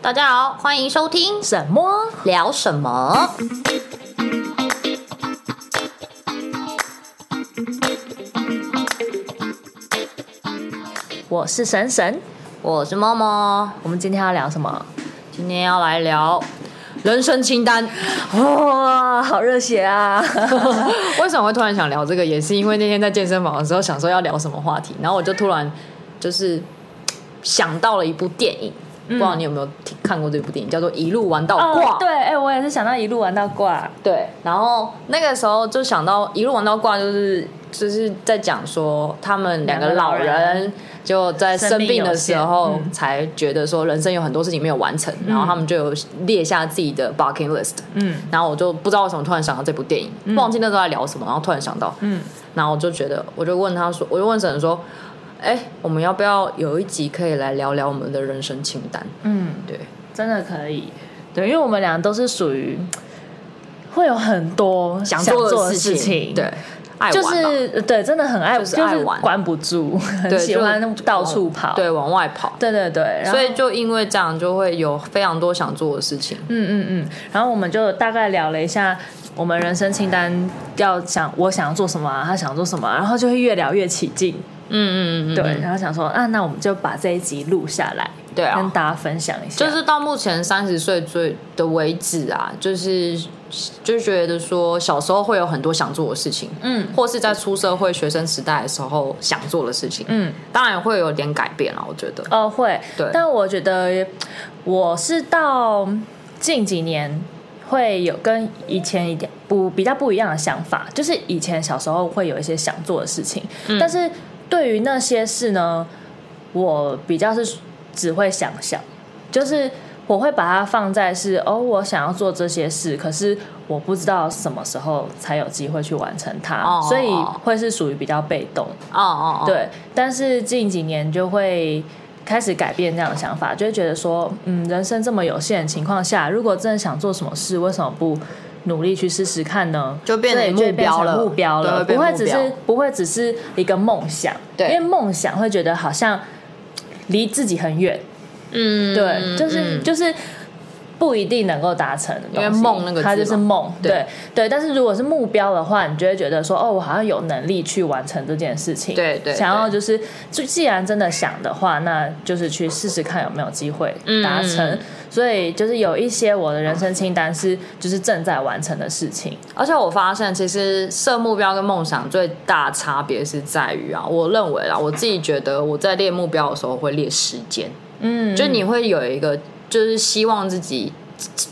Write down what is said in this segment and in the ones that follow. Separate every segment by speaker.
Speaker 1: 大家好，欢迎收听
Speaker 2: 什么？
Speaker 1: 聊什么。
Speaker 2: 我是神神。
Speaker 1: 我是猫猫，
Speaker 2: 我们今天要聊什么？
Speaker 1: 今天要来聊人生清单。
Speaker 2: 哇，好热血啊！
Speaker 3: 为什么会突然想聊这个？也是因为那天在健身房的时候，想说要聊什么话题，然后我就突然就是嘖想到了一部电影，不知道你有没有听看过这部电影，叫做《一路玩到挂》。
Speaker 2: 哦对，哎、我也是想到一路玩到挂。
Speaker 3: 对，然后那个时候就想到《一路玩到挂》，就是就是在讲说他们两个老
Speaker 2: 两个老
Speaker 3: 人就在生病的时
Speaker 2: 生
Speaker 3: 候
Speaker 2: 命有限嗯
Speaker 3: 才觉得说人生有很多事情没有完成，然后他们就有列下自己的 bucket list。
Speaker 2: 嗯
Speaker 3: 然后我就不知道为什么突然想到这部电影，忘记那时候在聊什么，然后突然想到，
Speaker 2: 嗯，
Speaker 3: 然后我就觉得，我就问他说，我就问沈说，哎、我们要不要有一集可以来聊聊我们的人生清单？
Speaker 2: 嗯，
Speaker 3: 对，
Speaker 2: 真的可以。对，因为我们俩都是属于会有很多想
Speaker 3: 做
Speaker 2: 做
Speaker 3: 的
Speaker 2: 事
Speaker 3: 情，对，爱玩
Speaker 2: 就
Speaker 3: 吧
Speaker 2: 是对，真的很爱，
Speaker 3: 就是爱玩
Speaker 2: 管不住，很
Speaker 3: 对，
Speaker 2: 喜欢
Speaker 3: 就哦
Speaker 2: 到处跑。
Speaker 3: 对，往外跑。
Speaker 2: 对对对，然后
Speaker 3: 所以就因为这样，就会有非常多想做的事情。
Speaker 2: 嗯嗯嗯，然后我们就大概聊了一下我们人生清单，要想我想做什么、啊，他想做什么啊、然后就会越聊越起劲，
Speaker 3: 嗯嗯嗯嗯，
Speaker 2: 对，然后想说啊，那我们就把这一集录下来，
Speaker 3: 对啊
Speaker 2: 跟大家分享一下，
Speaker 3: 就是到目前三十岁最的为止啊，就是就觉得说小时候会有很多想做的事情，
Speaker 2: 嗯
Speaker 3: 或是在出社会学生时代的时候想做的事情，
Speaker 2: 嗯，
Speaker 3: 当然会有点改变了，我觉得，
Speaker 2: 哦会，
Speaker 3: 对
Speaker 2: 但我觉得我是到近几年。会有跟以前一点不比较不一样的想法，就是以前小时候会有一些想做的事情，
Speaker 3: 嗯
Speaker 2: 但是对于那些事呢，我比较是只会想想，就是我会把它放在是哦，我想要做这些事，可是我不知道什么时候才有机会去完成它，
Speaker 3: 哦
Speaker 2: 所以会是属于比较被动。
Speaker 3: 哦哦哦，
Speaker 2: 对，但是近几年就会开始改变这样的想法，就会觉得说，嗯，人生这么有限的情况下，如果真的想做什么事，为什么不努力去试试看呢？
Speaker 3: 就变成
Speaker 2: 对就
Speaker 3: 目标
Speaker 2: 变成
Speaker 3: 了
Speaker 2: 目标
Speaker 3: 对
Speaker 2: 了，
Speaker 3: 会变
Speaker 2: 不会
Speaker 3: 目
Speaker 2: 只是
Speaker 3: 标
Speaker 2: 不会只是一个梦想，
Speaker 3: 对
Speaker 2: 因为梦想会觉得好像离自己很远，
Speaker 3: 嗯，
Speaker 2: 对，就是、
Speaker 3: 嗯
Speaker 2: 就是不一定能够达成的东西，
Speaker 3: 因为梦那个字
Speaker 2: 它就是
Speaker 3: 嘛
Speaker 2: 梦，
Speaker 3: 对
Speaker 2: 对对。但是如果是目标的话，你就会觉得说，哦，我好像有能力去完成这件事情，
Speaker 3: 对对
Speaker 2: 想要
Speaker 3: 对
Speaker 2: 就是，就既然真的想的话，那就是去试试看有没有机会达成。
Speaker 3: 嗯嗯嗯
Speaker 2: 所以就是有一些我的人生清单是就是正在完成的事情，
Speaker 3: 而且我发现，其实设目标跟梦想最大差别是在于啊，我认为啦，我自己觉得我在列目标的时候会列时间，
Speaker 2: 嗯，
Speaker 3: 就你会有一个，就是希望自己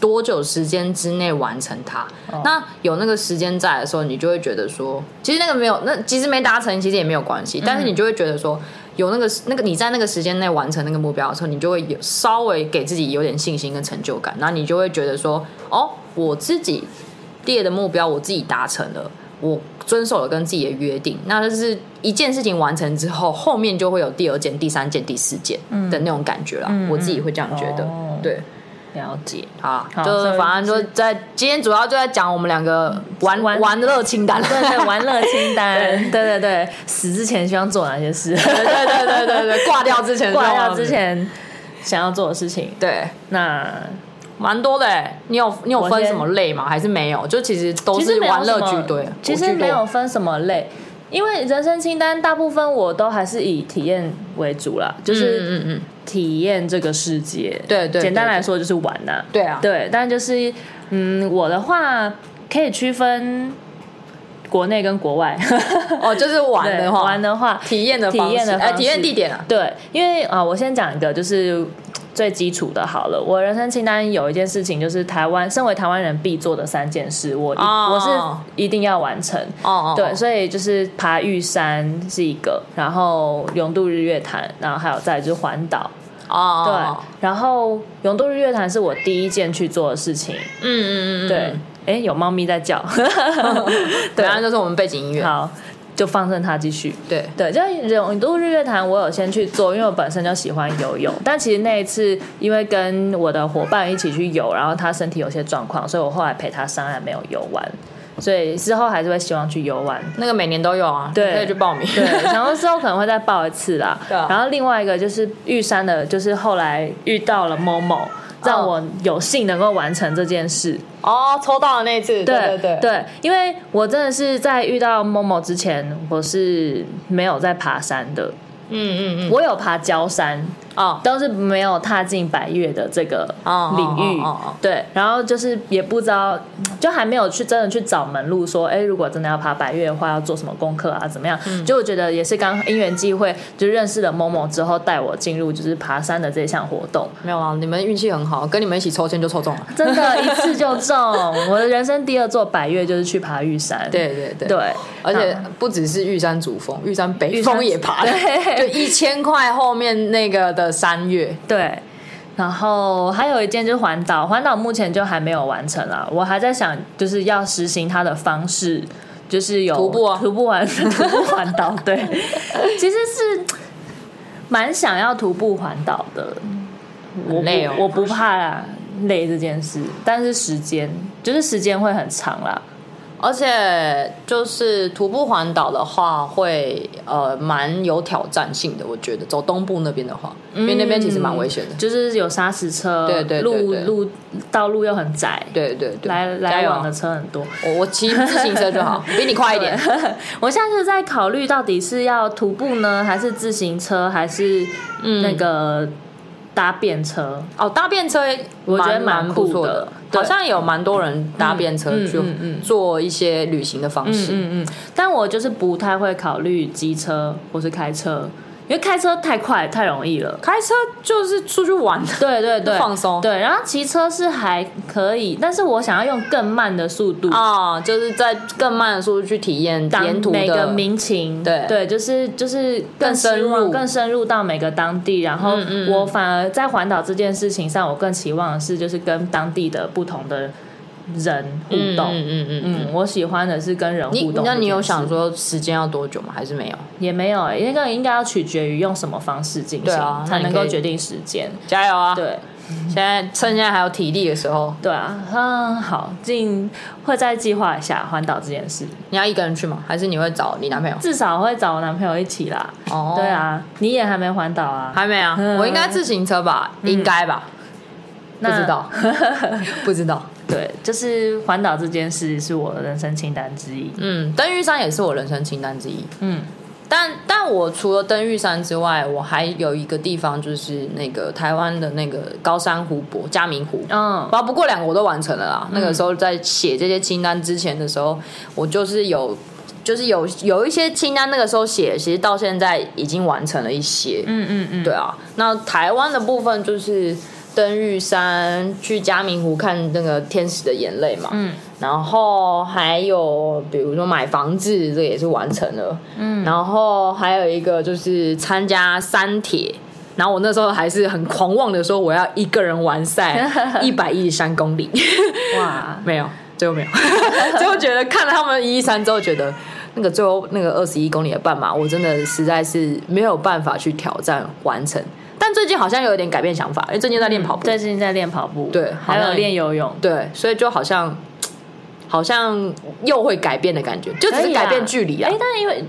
Speaker 3: 多久时间之内完成它。那有那个时间在的时候，你就会觉得说，其实那个没有，那其实没达成，其实也没有关系。但是你就会觉得说，有那个那个你在那个时间内完成那个目标的时候，你就会有稍微给自己有点信心跟成就感，然后你就会觉得说，哦，我自己列的目标我自己达成了。我遵守了跟自己的约定，那就是一件事情完成之后，后面就会有第二件、第三件、第四件的那种感觉啦。我自己会这样觉得，
Speaker 2: 哦
Speaker 3: 对。
Speaker 2: 了解。
Speaker 3: 好啦，
Speaker 2: 好
Speaker 3: 就是反
Speaker 2: 所
Speaker 3: 正
Speaker 2: 以是
Speaker 3: 就在今天主要就在讲我们两个玩
Speaker 2: 玩
Speaker 3: 玩乐清单，
Speaker 2: 对对，玩乐 清单，对对对，死之前希望做哪些事？
Speaker 3: 对对对对对，挂掉之前，
Speaker 2: 挂掉之，前想要做的事情。
Speaker 3: 对，
Speaker 2: 那
Speaker 3: 蛮多的欸。你有你有
Speaker 2: 我
Speaker 3: 分
Speaker 2: 先
Speaker 3: 什么类吗？还是没有？就其实都
Speaker 2: 其实
Speaker 3: 是
Speaker 2: 没有
Speaker 3: 玩乐
Speaker 2: 什么
Speaker 3: 居多，
Speaker 2: 其
Speaker 3: 居
Speaker 2: 实
Speaker 3: 多
Speaker 2: 没有分什么类，因为人生清单大部分我都还是以体验为主啦，就
Speaker 3: 嗯
Speaker 2: 是
Speaker 3: 嗯嗯，
Speaker 2: 体验这个世界。
Speaker 3: 对对对
Speaker 2: 简单来说就是玩呐、
Speaker 3: 对啊，
Speaker 2: 对，但就是嗯，我的话可以区分国内跟国外。
Speaker 3: 哦，就是玩
Speaker 2: 对
Speaker 3: 的话，
Speaker 2: 玩的话，
Speaker 3: 体验的
Speaker 2: 体
Speaker 3: 方式
Speaker 2: 验的
Speaker 3: 哎，
Speaker 2: 方
Speaker 3: 体验
Speaker 2: 式
Speaker 3: 地点啊，
Speaker 2: 对，因为啊、呃我先讲一个就是最基础的好了。我人生清单有一件事情，就是台湾身为台湾人必做的三件事，我一、
Speaker 3: 哦
Speaker 2: 我是一定要完成。
Speaker 3: 哦哦，哦
Speaker 2: 对，所以就是爬玉山是一个，然后永渡日月潭，然后还有再来就是环岛，
Speaker 3: 哦，
Speaker 2: 对，
Speaker 3: 哦
Speaker 2: 然后永渡日月潭是我第一件去做的事情，
Speaker 3: 嗯嗯嗯嗯，
Speaker 2: 对，哎、有猫咪 在叫，
Speaker 3: 对，然后就是我们背景音乐，
Speaker 2: 好，就放任它继续，
Speaker 3: 对，
Speaker 2: 对，就永渡日月潭，我有先去做，因为我本身就喜欢游泳。但其实那一次，因为跟我的伙伴一起去游，然后他身体有些状况，所以我后来陪他上岸没有游完。所以之后还是会希望去游玩。
Speaker 3: 那个每年都有啊，
Speaker 2: 对
Speaker 3: 你可以去报名，
Speaker 2: 对，然后之后可能会再报一次啦。
Speaker 3: 对啊
Speaker 2: 然后另外一个就是玉山的，就是后来遇到了某某，
Speaker 3: 嗯
Speaker 2: 让我有幸能够完成这件事。
Speaker 3: 哦，抽到的那一次，对
Speaker 2: 对
Speaker 3: 对，
Speaker 2: 因为我真的是在遇到某某之前，我是没有在爬山的，
Speaker 3: 嗯嗯嗯，
Speaker 2: 我有爬焦山，
Speaker 3: 哦，
Speaker 2: 都是没有踏进百越的这个
Speaker 3: 哦
Speaker 2: 领域
Speaker 3: 哦哦哦哦，
Speaker 2: 对，然后就是也不知道，就还没有去真的去找门路，说，哎，如果真的要爬百越的话，要做什么功课啊，怎么样？
Speaker 3: 嗯
Speaker 2: 就我觉得也是刚因缘际会，就认识了某某之后，带我进入就是爬山的这项活动，
Speaker 3: 没有啊，你们运气很好，跟你们一起抽签就抽中了。
Speaker 2: 真的，一次就中，我的人生第二座百越就是去爬玉山，
Speaker 3: 对 对对，
Speaker 2: 对，
Speaker 3: 而且
Speaker 2: 那
Speaker 3: 不只是玉山主峰，玉山北
Speaker 2: 玉山
Speaker 3: 峰也 爬了， 就
Speaker 2: 对
Speaker 3: 一千块后面那个的三月，
Speaker 2: 对。然后还有一件就是环岛，环岛目前就还没有完成啦，我还在想就是要实行它的方式，就是有
Speaker 3: 徒步啊
Speaker 2: 徒步环 徒步环岛，对， 其实是蛮想要徒步环岛的，我
Speaker 3: 很累哦
Speaker 2: 不我不怕啦累这件事，但是时间就是时间会很长啦，
Speaker 3: 而且就是徒步环岛的话会呃蛮有挑战性的，我觉得走东部那边的话，因为那边其实蛮危险的。
Speaker 2: 就是有砂石车，
Speaker 3: 对对对对
Speaker 2: 路路道路又很窄，
Speaker 3: 对对对，
Speaker 2: 来
Speaker 3: 加
Speaker 2: 来
Speaker 3: 油
Speaker 2: 往的
Speaker 3: 啊！
Speaker 2: 车很多，
Speaker 3: 我我骑自行车就 好，比你快一点。
Speaker 2: 我现在是在考虑到底是要徒步呢，还是自行车，还是那个搭便车？
Speaker 3: 哦，搭便车
Speaker 2: 我觉得蛮
Speaker 3: 蛮
Speaker 2: 酷
Speaker 3: 不错
Speaker 2: 的对
Speaker 3: 好像有蛮多人搭便车
Speaker 2: 嗯
Speaker 3: 去
Speaker 2: 嗯嗯
Speaker 3: 做一些旅行的方式。
Speaker 2: 嗯嗯，但我就是不太会考虑机车或是开车，因为开车太快太容易了。
Speaker 3: 开车就是出去玩的，
Speaker 2: 对对对，
Speaker 3: 放松
Speaker 2: 对，然后骑车是还可以，但是我想要用更慢的速度，
Speaker 3: 啊、就是在更慢的速度去体验
Speaker 2: 当
Speaker 3: 沿途
Speaker 2: 每个
Speaker 3: 的。
Speaker 2: 民情，
Speaker 3: 对
Speaker 2: 对，就是就是
Speaker 3: 更深
Speaker 2: 希望
Speaker 3: 入嗯
Speaker 2: 更深入到每个当地。然后我反而在环岛这件事情上，我更期望的是就是跟当地的不同的人互
Speaker 3: 嗯
Speaker 2: 动。
Speaker 3: 嗯
Speaker 2: 嗯
Speaker 3: 嗯嗯嗯。
Speaker 2: 我喜欢的是跟人
Speaker 3: 你
Speaker 2: 互动。
Speaker 3: 那你有想？说时间要多久吗？还是没有？
Speaker 2: 也没有、欸，那个应该要取决于用什么方式进
Speaker 3: 对
Speaker 2: 行，
Speaker 3: 啊那
Speaker 2: 才
Speaker 3: 你
Speaker 2: 能够
Speaker 3: 可以
Speaker 2: 决定时间。
Speaker 3: 加油啊！，
Speaker 2: 对
Speaker 3: 现在趁现在还有体力的时候，
Speaker 2: 对啊，嗯，好，进会再计划一下环岛这件事，
Speaker 3: 你要一个人去吗？还是你会找你男朋友？
Speaker 2: 至少会找我男朋友一起啦。
Speaker 3: 哦
Speaker 2: 对，啊，你也还没环岛啊？
Speaker 3: 还没啊，
Speaker 2: 嗯
Speaker 3: 我应该自行车吧，应该吧，不
Speaker 2: 那
Speaker 3: 知 道，不知道。
Speaker 2: 对，就是环岛这件事是我的人生清单之一。
Speaker 3: 嗯，登玉山也是我人生清单之一。
Speaker 2: 嗯，
Speaker 3: 但但我除了登玉山之外，我还有一个地方就是那个台湾的那个高山湖泊嘉明湖。
Speaker 2: 嗯，
Speaker 3: 然后不过两个我都完成了啦。那个时候在写这些清单之前的时候，我就是有，就是有有一些清单，那个时候写，其实到现在已经完成了一些。
Speaker 2: 嗯嗯嗯，
Speaker 3: 对啊，那台湾的部分就是登玉山、去嘉明湖看那个天使的眼泪嘛，
Speaker 2: 嗯，
Speaker 3: 然后还有比如说买房子，这个也是完成了，嗯，然后还有一个就是参加三铁。然后我那时候还是很狂妄的说，我要一个人完赛 一百一十三公里，
Speaker 2: 哇，
Speaker 3: 没有，最后没有， 最后觉得看了他们一一三之后，觉得那个最后那个二十一公里的半马，我真的实在是没有办法去挑战完成。但最近好像有点改变想法，因为最近在练跑步，
Speaker 2: 最近在练跑步，
Speaker 3: 对
Speaker 2: 还
Speaker 3: 好
Speaker 2: 有
Speaker 3: 像
Speaker 2: 练游泳，
Speaker 3: 对，所以就好像好像又会改变的感觉，就只是改变距离啊
Speaker 2: 哎，。但因为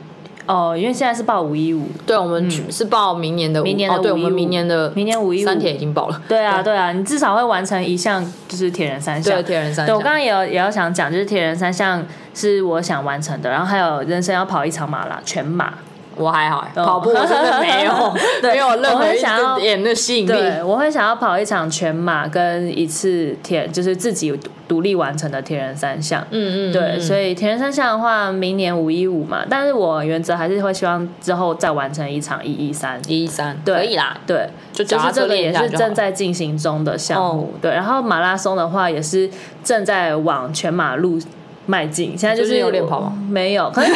Speaker 2: 哦，因为现在是报五一五，
Speaker 3: 对，我们去是报明年的五，
Speaker 2: 嗯明年的
Speaker 3: 哦，对，
Speaker 2: 515
Speaker 3: 我们明年的
Speaker 2: 明年515
Speaker 3: 三铁已经报了，
Speaker 2: 对啊，对啊，你至少会完成一项，就是铁人三项。
Speaker 3: 对铁人三项
Speaker 2: 对我刚刚也有也有想讲，就是铁人三项是我想完成的，然后还有人生要跑一场马拉全马。
Speaker 3: 我还好，欸
Speaker 2: 哦
Speaker 3: 跑步我真的没 有
Speaker 2: 对
Speaker 3: 没有任
Speaker 2: 我
Speaker 3: 何
Speaker 2: 很想要
Speaker 3: 一点的吸引力。
Speaker 2: 对，我会想要跑一场全马跟一次铁，就是自己独独立完成的铁人三项。
Speaker 3: 嗯嗯，
Speaker 2: 对，
Speaker 3: 嗯
Speaker 2: 所以铁人三项的话，明年五一五嘛，但是我原则还是会希望之后再完成一场一一三。
Speaker 3: 一三
Speaker 2: 对
Speaker 3: 可以啦，
Speaker 2: 对，
Speaker 3: 就
Speaker 2: 就
Speaker 3: 脚
Speaker 2: 是
Speaker 3: 踏
Speaker 2: 这
Speaker 3: 车
Speaker 2: 个
Speaker 3: 练
Speaker 2: 也
Speaker 3: 一下
Speaker 2: 是
Speaker 3: 就好哦
Speaker 2: 正在进行中的项目。对，然后马拉松的话也是正在往全马路迈进。现在就
Speaker 3: 最
Speaker 2: 是
Speaker 3: 近有练
Speaker 2: 我
Speaker 3: 跑吗
Speaker 2: 没有，可是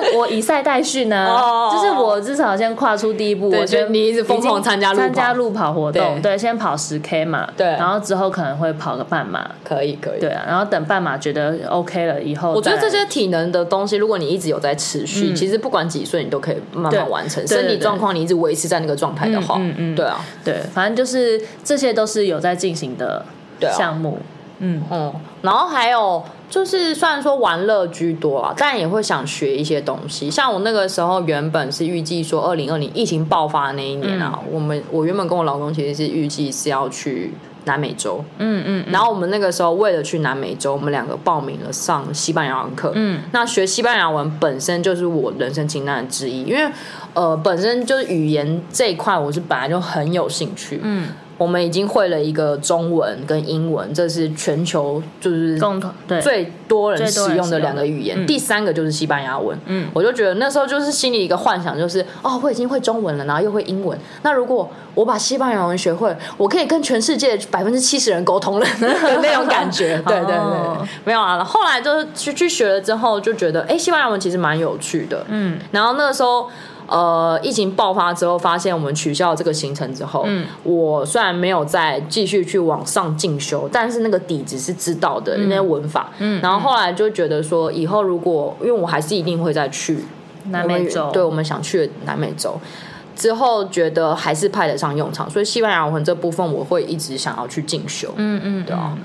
Speaker 2: 但我以赛代训呢、
Speaker 3: 哦
Speaker 2: 就是我至少先跨出第一步。
Speaker 3: 对
Speaker 2: 我觉得
Speaker 3: 就你一直疯狂参加路跑
Speaker 2: 参加路跑活动，
Speaker 3: 对
Speaker 2: 对，先跑十 K 嘛，
Speaker 3: 对
Speaker 2: 然后之后可能会跑个半马，
Speaker 3: 可以可以。
Speaker 2: 对啊，然后等半马觉得 OK 了以后再，
Speaker 3: 我觉得这些体能的东西，如果你一直有在持续，其实不管几岁，你都可以慢
Speaker 2: 对
Speaker 3: 慢完成。
Speaker 2: 对对
Speaker 3: 身体
Speaker 2: 对
Speaker 3: 状况你一直维持在那个状态的话，
Speaker 2: 嗯嗯嗯
Speaker 3: 对啊，
Speaker 2: 对，反正就是这些都是有在进行的
Speaker 3: 对啊
Speaker 2: 项目。嗯，
Speaker 3: 嗯。然后还有就是，虽然说玩乐居多啊，但也会想学一些东西。像我那个时候原本是预计说，二
Speaker 2: 嗯
Speaker 3: 零二零疫情爆发那一年啊，我们我原本跟我老公其实是预计是要去南美洲，
Speaker 2: 嗯嗯嗯
Speaker 3: 然后我们那个时候为了去南美洲，我们两个报名了上西班牙文课。嗯，那学西班牙文本身就是我人生清单的之一，因为呃，本身就是语言这一块，我是本来就很有兴趣。
Speaker 2: 嗯，
Speaker 3: 我们已经会了一个中文跟英文，这是全球就是
Speaker 2: 共同对
Speaker 3: 最多人使用的两个语
Speaker 2: 最多人使用的
Speaker 3: 言，
Speaker 2: 嗯
Speaker 3: 第三个就是西班牙文。
Speaker 2: 嗯
Speaker 3: 我就觉得那时候就是心里一个幻想，就是哦，我已经会中文了，然后又会英文。那如果我把西班牙文学会，我可以跟全世界百分之七十人沟通了 的那种感觉。对对对
Speaker 2: 哦
Speaker 3: 对，没有啊。后来就是去去学了之后，就觉得哎，西班牙文其实蛮有趣的。
Speaker 2: 嗯
Speaker 3: 然后那个时候，呃，疫情爆发之后，发现我们取消了这个行程之后，
Speaker 2: 嗯
Speaker 3: 我虽然没有再继续去往上进修，但是那个底子是知道的，那些文法。
Speaker 2: 嗯
Speaker 3: 然后后来就觉得说，以后如果因为我还是一定会再去
Speaker 2: 南美
Speaker 3: 我
Speaker 2: 洲
Speaker 3: 们对我们想去的南美洲。之后觉得还是派得上用场，所以西班牙文这部分我会一直想要去进修。
Speaker 2: 嗯嗯对
Speaker 3: 啊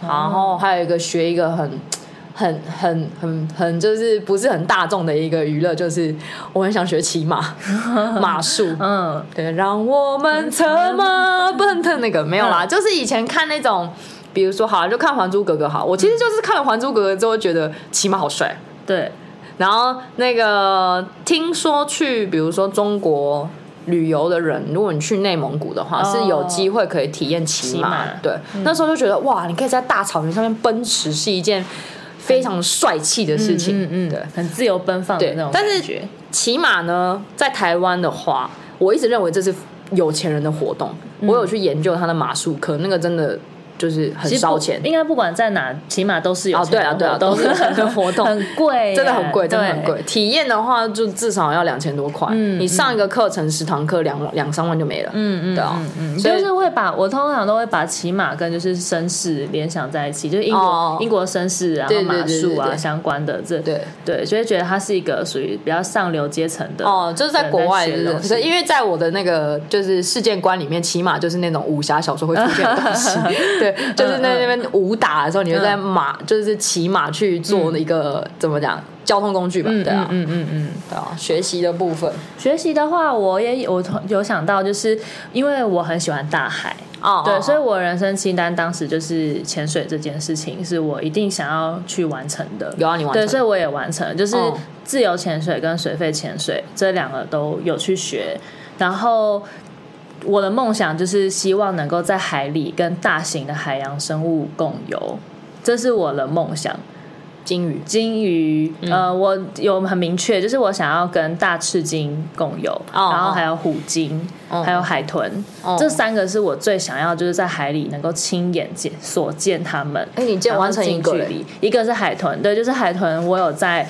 Speaker 3: 然后还有一个学一个很。很很很很就是不是很大众的一个娱乐，就是我很想学骑马马术，
Speaker 2: 嗯
Speaker 3: 对，让我们策马奔腾那个没有啦，就是以前看那种，比如说好啦就看《还珠格格》好，我其实就是看了《还珠格格》之后觉得骑马好帅，
Speaker 2: 对
Speaker 3: 然后那个听说去，比如说中国旅游的人，如果你去内蒙古的话，
Speaker 2: 哦
Speaker 3: 是有机会可以体验骑马。
Speaker 2: 骑马嗯
Speaker 3: 对，那时候就觉得哇，你可以在大草原上面奔驰是一件非常帅气的事情。
Speaker 2: 嗯嗯
Speaker 3: 对
Speaker 2: 嗯，很自由奔放的
Speaker 3: 对
Speaker 2: 那种
Speaker 3: 但是
Speaker 2: 感觉，
Speaker 3: 骑马呢，在台湾的话，我一直认为这是有钱人的活动。
Speaker 2: 嗯
Speaker 3: 我有去研究他的马术课，那个真的就是很
Speaker 2: 其实不
Speaker 3: 烧钱。
Speaker 2: 应该不管在哪，起码都是有
Speaker 3: 哦对啊
Speaker 2: 钱的
Speaker 3: 对啊
Speaker 2: 活动
Speaker 3: 都是有钱的活动
Speaker 2: 很贵，
Speaker 3: 真的很贵，
Speaker 2: 哎对
Speaker 3: 真的很。贵。体验的话，就至少要两千多块。
Speaker 2: 嗯
Speaker 3: 你上一个课程十堂课，两两三万就没了。
Speaker 2: 嗯嗯，
Speaker 3: 对啊
Speaker 2: 嗯嗯，
Speaker 3: 所以
Speaker 2: 就是会把我通常都会把骑马跟就是绅士联想在一起，就是英国、
Speaker 3: 哦
Speaker 2: 英国绅士，然后
Speaker 3: 对对对
Speaker 2: 马术
Speaker 3: 对
Speaker 2: 啊
Speaker 3: 对
Speaker 2: 相关的这
Speaker 3: 对
Speaker 2: 对，就会觉得它是一个属于比较上流阶层的
Speaker 3: 哦，就是在国外，
Speaker 2: 对
Speaker 3: 就
Speaker 2: 在学
Speaker 3: 是
Speaker 2: 东西
Speaker 3: 可是因为在我的那个就是世界观里面，起码就是那种武侠小说会出现的东 西。对，就是在那边武打的时候，你会在
Speaker 2: 嗯
Speaker 3: 马，就是骑马去做一个怎么讲交通工具吧？对啊，
Speaker 2: 嗯嗯嗯嗯。
Speaker 3: 对啊，学习的部分
Speaker 2: 学习的话，我也有我同有想到，就是因为我很喜欢大海，
Speaker 3: 哦
Speaker 2: 对，所以
Speaker 3: 以
Speaker 2: 我人生清单当时就是潜水这件事情，是我一定想要去完成的。
Speaker 3: 有啊，你完
Speaker 2: 对，
Speaker 3: 成
Speaker 2: 所以我也完成了，就是
Speaker 3: 哦
Speaker 2: 自由潜水跟水肺潜水这两个都有去学。然后我的梦想就是希望能够在海里跟大型的海洋生物共游，这是我的梦想。
Speaker 3: 金鱼
Speaker 2: 鲸鱼，呃，
Speaker 3: 嗯
Speaker 2: 我有很明确，就是我想要跟大赤鲸共游，
Speaker 3: 哦
Speaker 2: 然后还有虎鲸，还有海豚，
Speaker 3: 哦
Speaker 2: 这三个是我最想要，就是在海里能够亲眼见所见它们。
Speaker 3: 哎你竟然完成一个
Speaker 2: 然后近距离，一个是海豚，对，就是海豚，我有在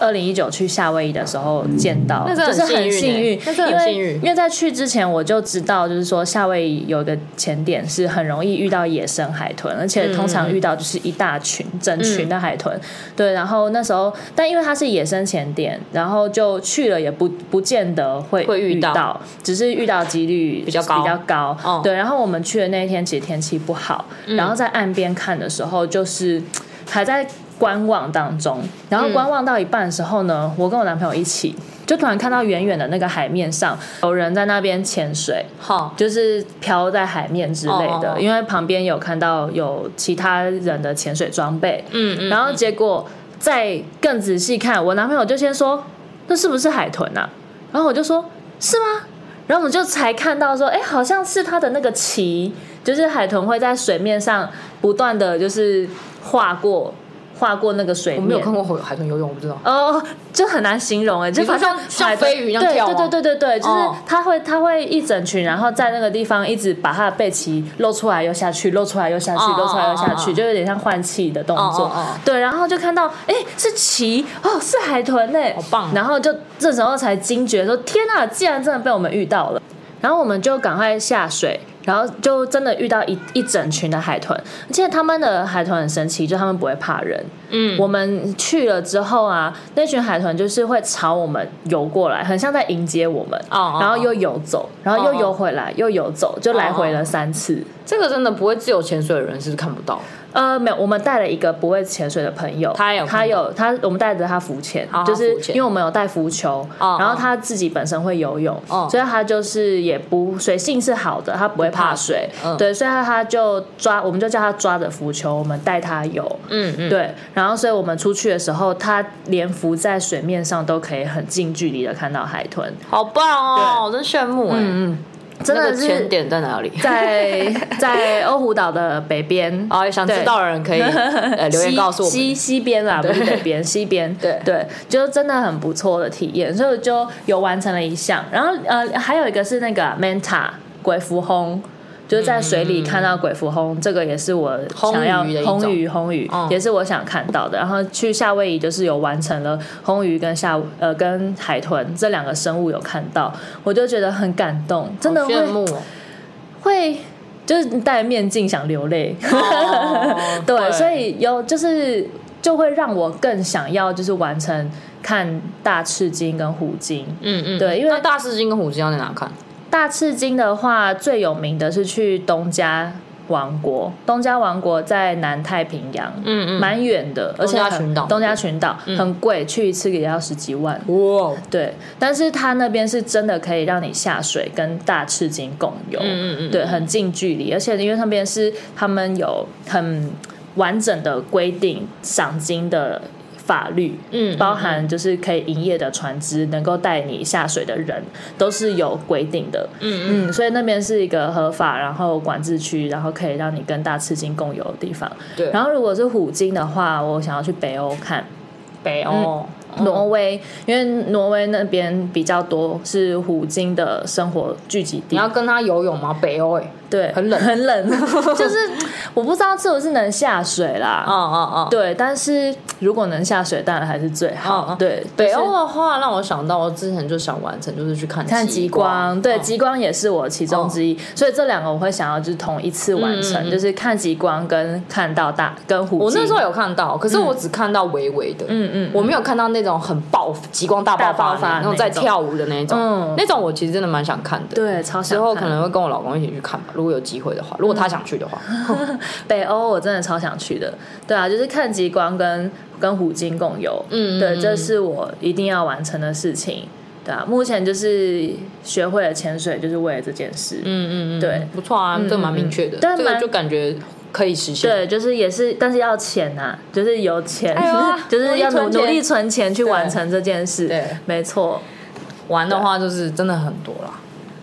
Speaker 2: 二零一九去夏威夷的时候见到，
Speaker 3: 那真的
Speaker 2: 就
Speaker 3: 很
Speaker 2: 是很
Speaker 3: 幸
Speaker 2: 幸
Speaker 3: 运
Speaker 2: 运
Speaker 3: 欸，那真的很幸运
Speaker 2: 因为因为在去之前我就知道，就是说夏威夷有一个潜点是很容易遇到野生海豚，而且通
Speaker 3: 嗯
Speaker 2: 常遇到就是一大群、整群的海豚。对，然后那时候，但因为它是野生潜点，然后就去了也不不见得会
Speaker 3: 会遇
Speaker 2: 遇
Speaker 3: 到
Speaker 2: 只是遇到几率
Speaker 3: 比较高
Speaker 2: 比较高。
Speaker 3: 哦嗯
Speaker 2: 对，然后我们去的那一天其实天气不好，然后在岸边看的时候就是还在观望当中，然后观望到一半的时候呢，我跟我男朋友一起。就突然看到远远的那个海面上有人在那边潜水，
Speaker 3: 好
Speaker 2: 就是漂在海面之类
Speaker 3: 哦哦
Speaker 2: 的，
Speaker 3: 哦
Speaker 2: 因为旁边有看到有其他人的潜水装备，
Speaker 3: 嗯嗯
Speaker 2: 然后结果再更仔细看，我男朋友就先说那是不是海豚啊？然后我就说是吗？然后我们就才看到说，哎，好像是它的那个鳍，就是海豚会在水面上不断的就是划过划过那个水
Speaker 3: 我
Speaker 2: 面。
Speaker 3: 没有看过海海豚游泳，我不知道。
Speaker 2: 哦，就很难形容哎，就
Speaker 3: 你说
Speaker 2: 好像
Speaker 3: 像
Speaker 2: 海豚
Speaker 3: 像飞鱼一样跳吗
Speaker 2: 对对对对对，就是
Speaker 3: 哦
Speaker 2: 它会它会一整群，然后在那个地方一直把它的背鳍露出来又下去，露出来又下去
Speaker 3: 哦，
Speaker 2: 露出来又下
Speaker 3: 哦哦哦
Speaker 2: 去，就有点像换气的动
Speaker 3: 哦
Speaker 2: 作
Speaker 3: 哦哦。
Speaker 2: 对，然后就看到哎是鳍哦是海豚哎，
Speaker 3: 好棒啊
Speaker 2: 然后就这时候才惊觉说天呐，竟然真的被我们遇到了。然后我们就赶快下水，然后就真的遇到一一整群的海豚，而且他们的海豚很神奇，就他们不会怕人。嗯，我们去了之后啊，那群海豚就是会朝我们游过来，很像在迎接我们，
Speaker 3: 哦哦哦
Speaker 2: 然后又游走，然后又游回来，又游走，就来回了三次。
Speaker 3: 这个真的不会自由潜水的人是看不到。
Speaker 2: 呃，没有，我们带了一个不会潜水的朋友，
Speaker 3: 他有看
Speaker 2: 他有他，我们带着他浮潜，
Speaker 3: 哦
Speaker 2: 就是
Speaker 3: 浮潜
Speaker 2: 因为我们有带浮球，
Speaker 3: 哦
Speaker 2: 然后
Speaker 3: 哦
Speaker 2: 他自己本身会游泳，
Speaker 3: 哦
Speaker 2: 所以他就是也不水性是好的，他不会怕
Speaker 1: 怕
Speaker 2: 水
Speaker 1: 水，嗯
Speaker 2: 对，所以他他就抓，我们就叫他抓着浮球，我们带他游，
Speaker 3: 嗯嗯，
Speaker 2: 对，然后所以我们出去的时候，他连浮在水面上都可以很近距离的看到海豚，
Speaker 1: 好棒哦，我真羡慕哎、
Speaker 3: 嗯
Speaker 2: 真
Speaker 3: 欸那
Speaker 2: 的
Speaker 3: 个
Speaker 2: 是
Speaker 3: 前点在哪里？
Speaker 2: 在在欧胡岛的北边
Speaker 3: 啊，想知道的人可以 呃留言
Speaker 2: 西
Speaker 3: 告诉我们。
Speaker 2: 西西边啦，不是北边，西边。
Speaker 3: 对
Speaker 2: 对，就是真的很不错的体验，所以我就有完成了一项。然后呃，还有一个是那个 Manta 鬼蝠轰。就是在水里看到鬼蝠轰，这个也是我想要
Speaker 3: 嗯轰鱼的一种嗯
Speaker 2: 轰鱼，轰鱼、也是我想看到的。然后去夏威夷就是有完成了轰鱼跟夏呃跟海豚这两个生物有看到，我就觉得很感动，真的
Speaker 3: 好
Speaker 2: 会
Speaker 3: 羡慕哦，
Speaker 2: 会就是戴面镜想流泪，
Speaker 3: 哦
Speaker 2: 对，
Speaker 3: 对
Speaker 2: 所以有就是就会让我更想要就是完成看大赤金跟虎鲸。
Speaker 3: 嗯嗯，
Speaker 2: 对因为
Speaker 3: 那大狮鲸跟虎鲸要在哪看？
Speaker 2: 大赤金的话，最有名的是去东加王国，东加王国在南太平洋，
Speaker 3: 嗯嗯，
Speaker 2: 蛮远的，而且
Speaker 3: 加
Speaker 2: 很
Speaker 3: 群岛嗯
Speaker 2: 东加群岛很贵，去一次也要十几万。
Speaker 3: 哇，
Speaker 2: 对，但是它那边是真的可以让你下水跟大赤鲸共游，
Speaker 3: 嗯嗯嗯
Speaker 2: 对，很近距离，而且因为那边是他们有很完整的规定赏金的。法律，
Speaker 3: 嗯嗯
Speaker 2: 包含就是可以营业的船只，能够带你下水的人，都是有规定的。嗯嗯，所以那边是一个合法，然后管制区，然后可以让你跟大赤鲸共游的地方。
Speaker 3: 对
Speaker 2: 然后如果是虎鲸的话，我想要去北欧看，嗯
Speaker 3: 北欧，
Speaker 2: 挪威，因为挪威那边比较多是虎鲸的生活聚集
Speaker 3: 你
Speaker 2: 地
Speaker 3: 要，跟他游泳吗？北欧哎，
Speaker 2: 对，
Speaker 3: 很冷
Speaker 2: 很 冷，就是我不知道是不是能下水啦，
Speaker 3: 啊啊啊！
Speaker 2: 对，但是如果能下水，当然还是最好，
Speaker 3: 嗯嗯
Speaker 2: 对，
Speaker 3: 北
Speaker 2: 就是
Speaker 3: 欧的话，让我想到我之前就想完成，就是去看
Speaker 2: 看极
Speaker 3: 极
Speaker 2: 光，对，
Speaker 3: 嗯
Speaker 2: 极光也是我其中之一，所以这两个我会想要就是同一次完成，
Speaker 3: 嗯嗯嗯
Speaker 2: 就是看极光跟看到大跟虎鲸，
Speaker 3: 我那时候有看到，可是我只看到微微的，
Speaker 2: 嗯嗯嗯
Speaker 3: 我没有看到那种很爆极光大爆
Speaker 2: 大
Speaker 3: 发
Speaker 2: 爆发
Speaker 3: 那种在跳舞的那种，
Speaker 2: 嗯
Speaker 3: 那种我其实真的蛮想看的。，
Speaker 2: 对超
Speaker 3: 之
Speaker 2: 想
Speaker 3: 后
Speaker 2: 看
Speaker 3: 可能会跟我老公一起去看吧，如果有机会的话，如果他想去的话，
Speaker 2: 北欧我真的超想去的，对啊，就是看极光跟跟虎鲸共游，
Speaker 3: 嗯
Speaker 2: 对，这是我一定要完成的事情，对啊，目前就是学会了潜水，就是为了这件事，
Speaker 3: 嗯嗯嗯，
Speaker 2: 对
Speaker 3: 不错啊，这蛮明确的，
Speaker 2: 但
Speaker 3: 这个
Speaker 2: 蛮
Speaker 3: 就感觉可以实现。
Speaker 2: 对，就是也是，但是要钱呐、就是有钱，
Speaker 3: 哎呦啊
Speaker 2: 就是要
Speaker 3: 努
Speaker 2: 努
Speaker 3: 力存钱
Speaker 2: 努力存钱去完成这件事，
Speaker 3: 对
Speaker 2: 没错。
Speaker 3: 玩的话就是真的很多啦，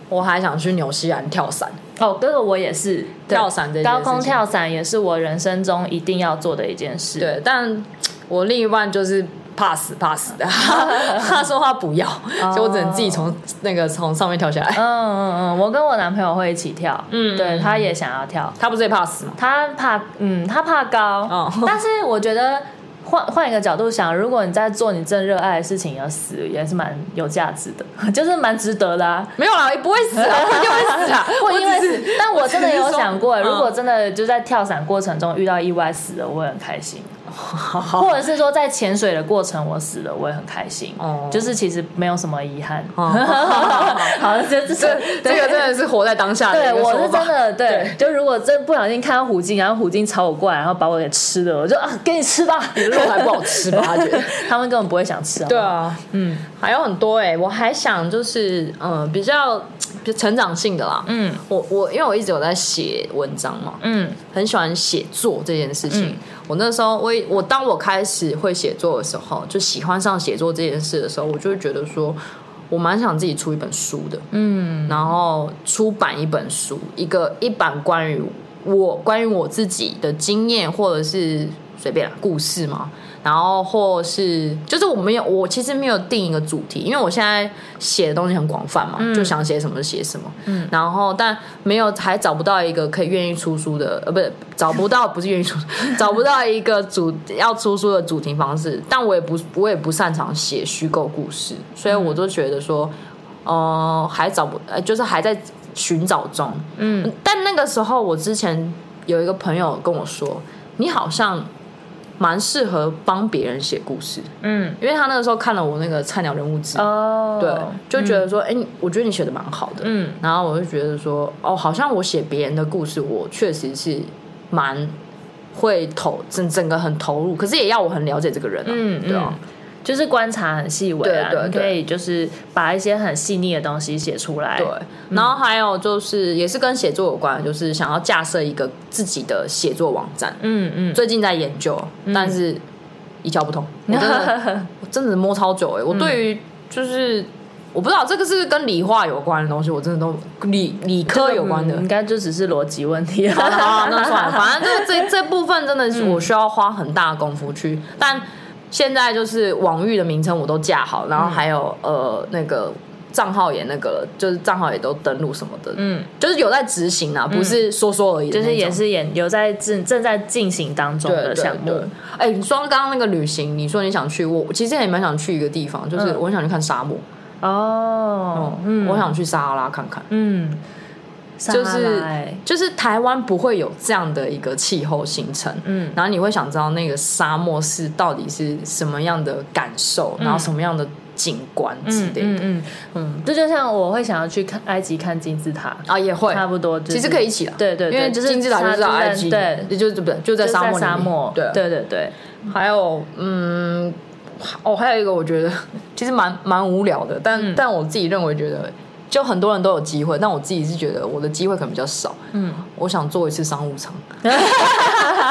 Speaker 3: 我还想去纽西兰跳伞，
Speaker 2: 哦，这个我也是对
Speaker 3: 跳伞这件
Speaker 2: 高空
Speaker 3: 事情
Speaker 2: 跳伞也是我人生中一定要做的一件事，
Speaker 3: 对，但我另一半就是。怕死怕 死的，他说他不要，所以我只能自己从那个从上面跳下来。
Speaker 2: 嗯嗯嗯，我跟我男朋友会一起跳，
Speaker 3: 嗯
Speaker 2: 对
Speaker 3: 嗯
Speaker 2: 他也想要跳，
Speaker 3: 他不是也怕死吗？
Speaker 2: 他怕，嗯，他怕高，
Speaker 3: 哦
Speaker 2: 但是我觉得换换一个角度想，如果你在做你正热爱的事情而死，也是蛮有价值的， 就是蛮值得的、啊。。
Speaker 3: 没有啦，也不会死啊， 不一定会死啊
Speaker 2: 会因为
Speaker 3: 只是
Speaker 2: 死， 但我真的有想过，
Speaker 3: 我只是说嗯
Speaker 2: 如果真的就在跳伞过程中遇到意外死了，我会很 开心；或者是说在潜水的过程我死了，我也很开心。
Speaker 3: 哦
Speaker 2: 就是其实没有什么遗憾。
Speaker 3: 哦
Speaker 2: 好，就这
Speaker 3: 这 这个真的是活在当下的
Speaker 2: 对，
Speaker 3: 一个
Speaker 2: 我是
Speaker 3: 说法
Speaker 2: 真的对，就如果真不小心看到虎鲸，然后虎鲸朝我过来，然后把我给吃了，我就啊，给你吃吧，
Speaker 3: 肉还不好吃 吧他觉得
Speaker 2: 他们根本不会想吃啊。
Speaker 3: 对，啊，嗯，还有很多哎、我还想就是嗯、呃比较比较成长性的啦，嗯，我我因为我一直有在写文章嘛，
Speaker 2: 嗯，
Speaker 3: 很喜欢写作这件事情。我那时候，我也我当我开始会写作的时候，就喜欢上写作这件事的时候，我就会觉得说，我蛮想自己出一本书的，嗯，然后出版一本书，一个一版关于我关于我自己的经验，或者是随便啦故事嘛。然后，或是就是我没有，我其实没有定一个主题，因为我现在写的东西很广泛嘛，就想写什么就写什么。嗯，然后但没有还找不到一个可以愿意出书的，呃，不是找不到，不是愿意出， 找不到一个主要出书的主题方式。但我也不我也不擅长写虚构故事，所以我就觉得说，呃，还找不，呃，就是还在寻找中。嗯，但那个时候我之前有一个朋友跟我说，你好像蛮适合帮别人写故事，
Speaker 2: 嗯，
Speaker 3: 因为他那个时候看了我那个菜鸟人物志，
Speaker 2: 哦，
Speaker 3: 对，就觉得说，哎、你我觉得你写的蛮好的，
Speaker 2: 嗯，
Speaker 3: 然后我就觉得说，哦，好像我写别人的故事，我确实是蛮会投整整个很投入，可是也要我很了解这个人、啊，
Speaker 2: 嗯
Speaker 3: 对啊
Speaker 2: 嗯，就是观察很细微啊，
Speaker 3: 对对
Speaker 2: 你
Speaker 3: 对
Speaker 2: 可以就是把一些很细腻的东西写出来。
Speaker 3: 对，
Speaker 2: 嗯
Speaker 3: 然后还有就是也是跟写作有关，就是想要架设一个自己的写作网站，
Speaker 2: 嗯嗯，
Speaker 3: 最近在研究，但是一窍不 通，我真的我真的摸超久
Speaker 2: 嗯
Speaker 3: 哎、我对于就是。我不知道这个是不是跟理化有关的东西，我真的都理理科有关的，
Speaker 2: 嗯应该就只是逻辑问 题。
Speaker 3: 好了好了，那算了，反正这
Speaker 2: 嗯
Speaker 3: 这这部分真的是我需要花很大的功夫去，但现在就是网域的名称我都架好，然后还有、呃那个账号也那个了，就是账号也都登录什么的，
Speaker 2: 嗯，
Speaker 3: 就是有在执行啊，不是说说而已的
Speaker 2: 就
Speaker 3: 那种，
Speaker 2: 是也是研有在正正在进行当中
Speaker 3: 对
Speaker 2: 的项目
Speaker 3: 对。对哎，你说刚刚那个旅行，你说你想去，我我其实也蛮想去一个地方，就是
Speaker 2: 嗯
Speaker 3: 我很想去看沙漠，
Speaker 2: 哦，嗯，
Speaker 3: 我想去撒哈拉看看。
Speaker 2: 嗯，
Speaker 3: 就
Speaker 2: 沙
Speaker 3: 是
Speaker 2: 拉欸
Speaker 3: 就是台湾不会有这样的一个气候形成，
Speaker 2: 嗯
Speaker 3: 然后你会想知道那个沙漠是到底是什么样的感受，然后什么样的景观之
Speaker 2: 嗯
Speaker 3: 类
Speaker 2: 嗯
Speaker 3: 的、
Speaker 2: 嗯嗯，这就像我会想要去看埃及看金字塔，
Speaker 3: 啊，也会
Speaker 2: 差不多就是
Speaker 3: 其实可以一起啊，
Speaker 2: 对对对
Speaker 3: 因为
Speaker 2: 就是
Speaker 3: 金字塔就是在
Speaker 2: 沙
Speaker 3: 埃及，
Speaker 2: 就在对
Speaker 3: 也就是不对，就在
Speaker 2: 就
Speaker 3: 沙
Speaker 2: 在
Speaker 3: 漠里面
Speaker 2: 沙漠，
Speaker 3: 对
Speaker 2: 对对对，
Speaker 3: 还有嗯。哦，还有一个我觉得其实蛮蛮无聊的，但、但我自己认为觉得，就很多人都有机会，但我自己是觉得我的机会可能比较少。
Speaker 2: 嗯，
Speaker 3: 我想做一次商 务舱，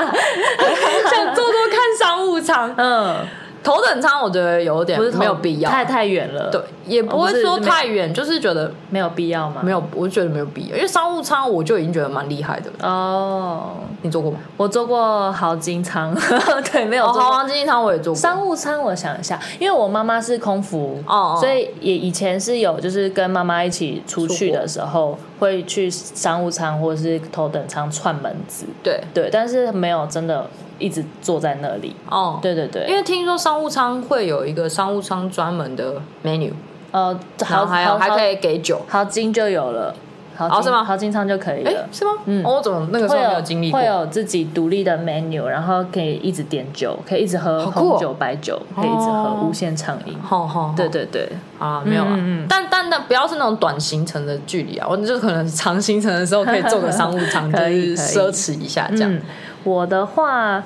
Speaker 3: 想做做看商务舱，
Speaker 2: 嗯，
Speaker 3: 头等舱我觉得有点
Speaker 2: 不是头
Speaker 3: 没有必要，
Speaker 2: 太太远了，
Speaker 3: 对，，也不会说太远，就是觉得
Speaker 2: 没有必要吗？
Speaker 3: 没有，我觉得没有必要，因为商务舱我就已经觉得蛮厉害的了。
Speaker 2: 哦，
Speaker 3: 你做过吗？
Speaker 2: 我做过豪金舱， 对，没有
Speaker 3: 哦，
Speaker 2: 做
Speaker 3: 豪
Speaker 2: 过。
Speaker 3: 华经济舱我也做过，
Speaker 2: 商务舱，我想一下，因为我妈妈是空服，
Speaker 3: 哦哦
Speaker 2: 所以也以前是有，就是跟妈妈一起出去的时候，会去商务舱或者是头等舱串门子，
Speaker 3: 对，
Speaker 2: 对，但是没有真的一直坐在那里，
Speaker 3: 哦，，
Speaker 2: 对对对，
Speaker 3: 因为听说商务舱会有一个商务舱专门的 menu，
Speaker 2: 呃，
Speaker 3: 然
Speaker 2: 豪
Speaker 3: 后还有
Speaker 2: 豪
Speaker 3: 还可以给酒，
Speaker 2: 豪金就有了，豪金、
Speaker 3: 哦是吗
Speaker 2: 豪金舱就可以
Speaker 3: 哎
Speaker 2: 了，。
Speaker 3: 是吗？嗯，我怎么那个时候
Speaker 2: 会
Speaker 3: 没有经历过
Speaker 2: 会？有自己独立的 menu，然后可以一直点酒，可以一直喝
Speaker 3: 好酷哦
Speaker 2: 红酒、白酒，可以一直喝
Speaker 3: 哦，
Speaker 2: 无限畅饮。
Speaker 3: 好好，
Speaker 2: 对对对，
Speaker 3: 啊，没有啊，
Speaker 2: 嗯嗯嗯
Speaker 3: 但但但不要是那种短行程的距离啊，我就可能长行程的时候可以坐个商务舱，就
Speaker 2: 可以
Speaker 3: 是奢侈一下这样。
Speaker 2: 嗯，我的话，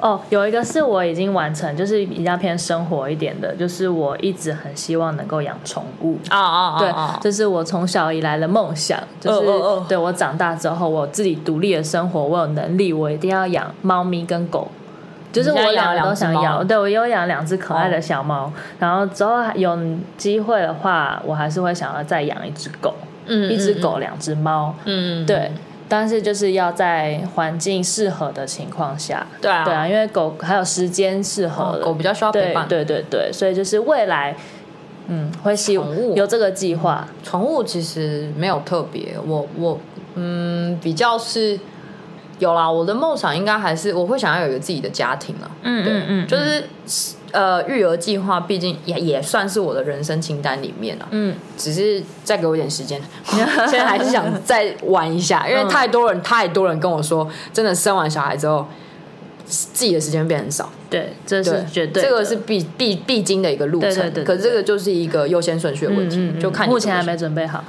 Speaker 2: 哦，有一个是我已经完成，就是比较偏生活一点的，就是我一直很希望能够养宠物。
Speaker 3: 啊啊
Speaker 2: 对
Speaker 3: 啊啊，！
Speaker 2: 这是我从小以来的梦想，就是
Speaker 3: 哦哦
Speaker 2: 对我长大之后，我自己独立的生活，我有能力，我一定要养猫咪跟狗。就是
Speaker 3: 你
Speaker 2: 我
Speaker 3: 现在养
Speaker 2: 两
Speaker 3: 了两
Speaker 2: 个都
Speaker 3: 只
Speaker 2: 想
Speaker 3: 猫哦
Speaker 2: 养，
Speaker 3: 了
Speaker 2: 对我有养两只可爱的小猫，然后之后有机会的话，我还是会想要再养一只狗，
Speaker 3: 嗯
Speaker 2: 一只，狗，两只猫，
Speaker 3: 嗯，嗯，
Speaker 2: 对。但是就是要在环境适合的情况下，
Speaker 3: 对啊
Speaker 2: 对啊，因为狗还有时间适合
Speaker 3: 哦
Speaker 2: 的、
Speaker 3: 狗比较需要陪伴。
Speaker 2: 对对对对，所以就是未来，嗯，会希
Speaker 3: 宠物
Speaker 2: 有这个计划，
Speaker 3: 宠物其实没有特别，我我嗯比较是有啦，我的梦想应该还是我会想要有一个自己的家庭啊。
Speaker 2: 嗯
Speaker 3: 对
Speaker 2: 嗯嗯
Speaker 3: 就是呃育儿计划，毕竟也也算是我的人生清单里面了、
Speaker 2: 嗯，
Speaker 3: 只是再给我一点 时间，现在还是想再玩一下，
Speaker 2: 嗯
Speaker 3: 因为太多人太多人跟我说，真的生完小孩之后，自己的时间变很少。
Speaker 2: 对，这是绝对的，
Speaker 3: 这个是必必必经的一个路程。
Speaker 2: 对对对对
Speaker 3: 可是这个就是一个优先顺序的问
Speaker 2: 嗯
Speaker 3: 题，
Speaker 2: 嗯嗯，
Speaker 3: 就看你
Speaker 2: 目前还
Speaker 3: 怎么
Speaker 2: 没准 备好，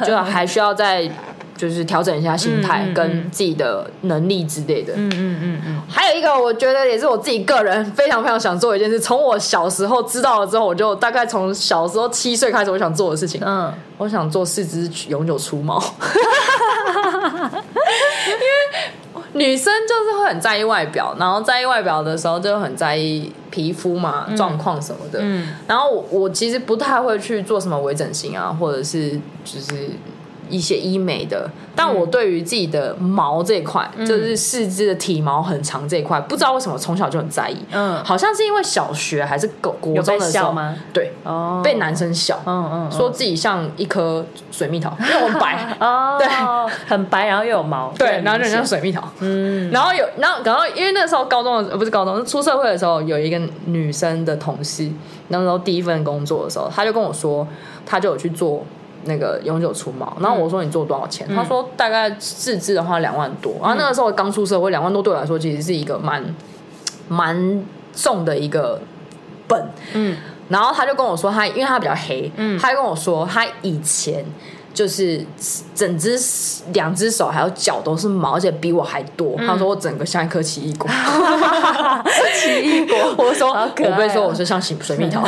Speaker 3: 选，就还需要再就是调整一下心态
Speaker 2: 嗯嗯嗯
Speaker 3: 跟自己的能力之类的。
Speaker 2: 嗯嗯嗯嗯，
Speaker 3: 还有一个，我觉得也是我自己个人非常非常想做的一件事。从我小时候知道了之后，我就大概从小时候七岁开始，我想做的事情，
Speaker 2: 嗯，
Speaker 3: 我想做四肢永久除毛， 因为女生就是会很在意外表，然后在意外表的时候就很在意皮肤嘛状况什么的。
Speaker 2: 嗯
Speaker 3: 然后我我其实不太会去做什么微整形啊，或者是就是一些医美的。但
Speaker 2: 嗯
Speaker 3: 我对于自己的毛这一块，就是四肢的体毛很长这一块，不知道为什么从小就很在意。
Speaker 2: 嗯
Speaker 3: 好像是因为小学还是国国中的时
Speaker 2: 有被笑
Speaker 3: 候
Speaker 2: 吗
Speaker 3: 对，
Speaker 2: 哦，
Speaker 3: 被，男生笑。
Speaker 2: 嗯嗯，嗯，
Speaker 3: 说自己像一颗水蜜桃，因为我很白
Speaker 2: 哦，
Speaker 3: 对，
Speaker 2: 很白，然后又有毛，
Speaker 3: 对，然后就很
Speaker 2: 人
Speaker 3: 像水蜜桃，嗯，然后有，然后然后因为那时候高中的呃不是高中，是出社会的时候，有一个女生的同事，那时候第一份工作的时候，她就跟我说，她就有去做那个永久除毛，然后我说你做多少钱？她说大概四肢的话两万多，然后那个时候刚出社会，两万多对我来说其实是一个蛮蛮重的一个本，
Speaker 2: 嗯，
Speaker 3: 然后他就跟我说他，因为他比较黑，
Speaker 2: 嗯
Speaker 3: 他就跟我说他以前就是整只两只手还有脚都是毛，而且比我还多。
Speaker 2: 嗯
Speaker 3: 他说我整个像一颗奇异果，
Speaker 2: 奇异果，
Speaker 3: 我说
Speaker 2: 好可爱哦
Speaker 3: 我被说我是像水水 蜜桃。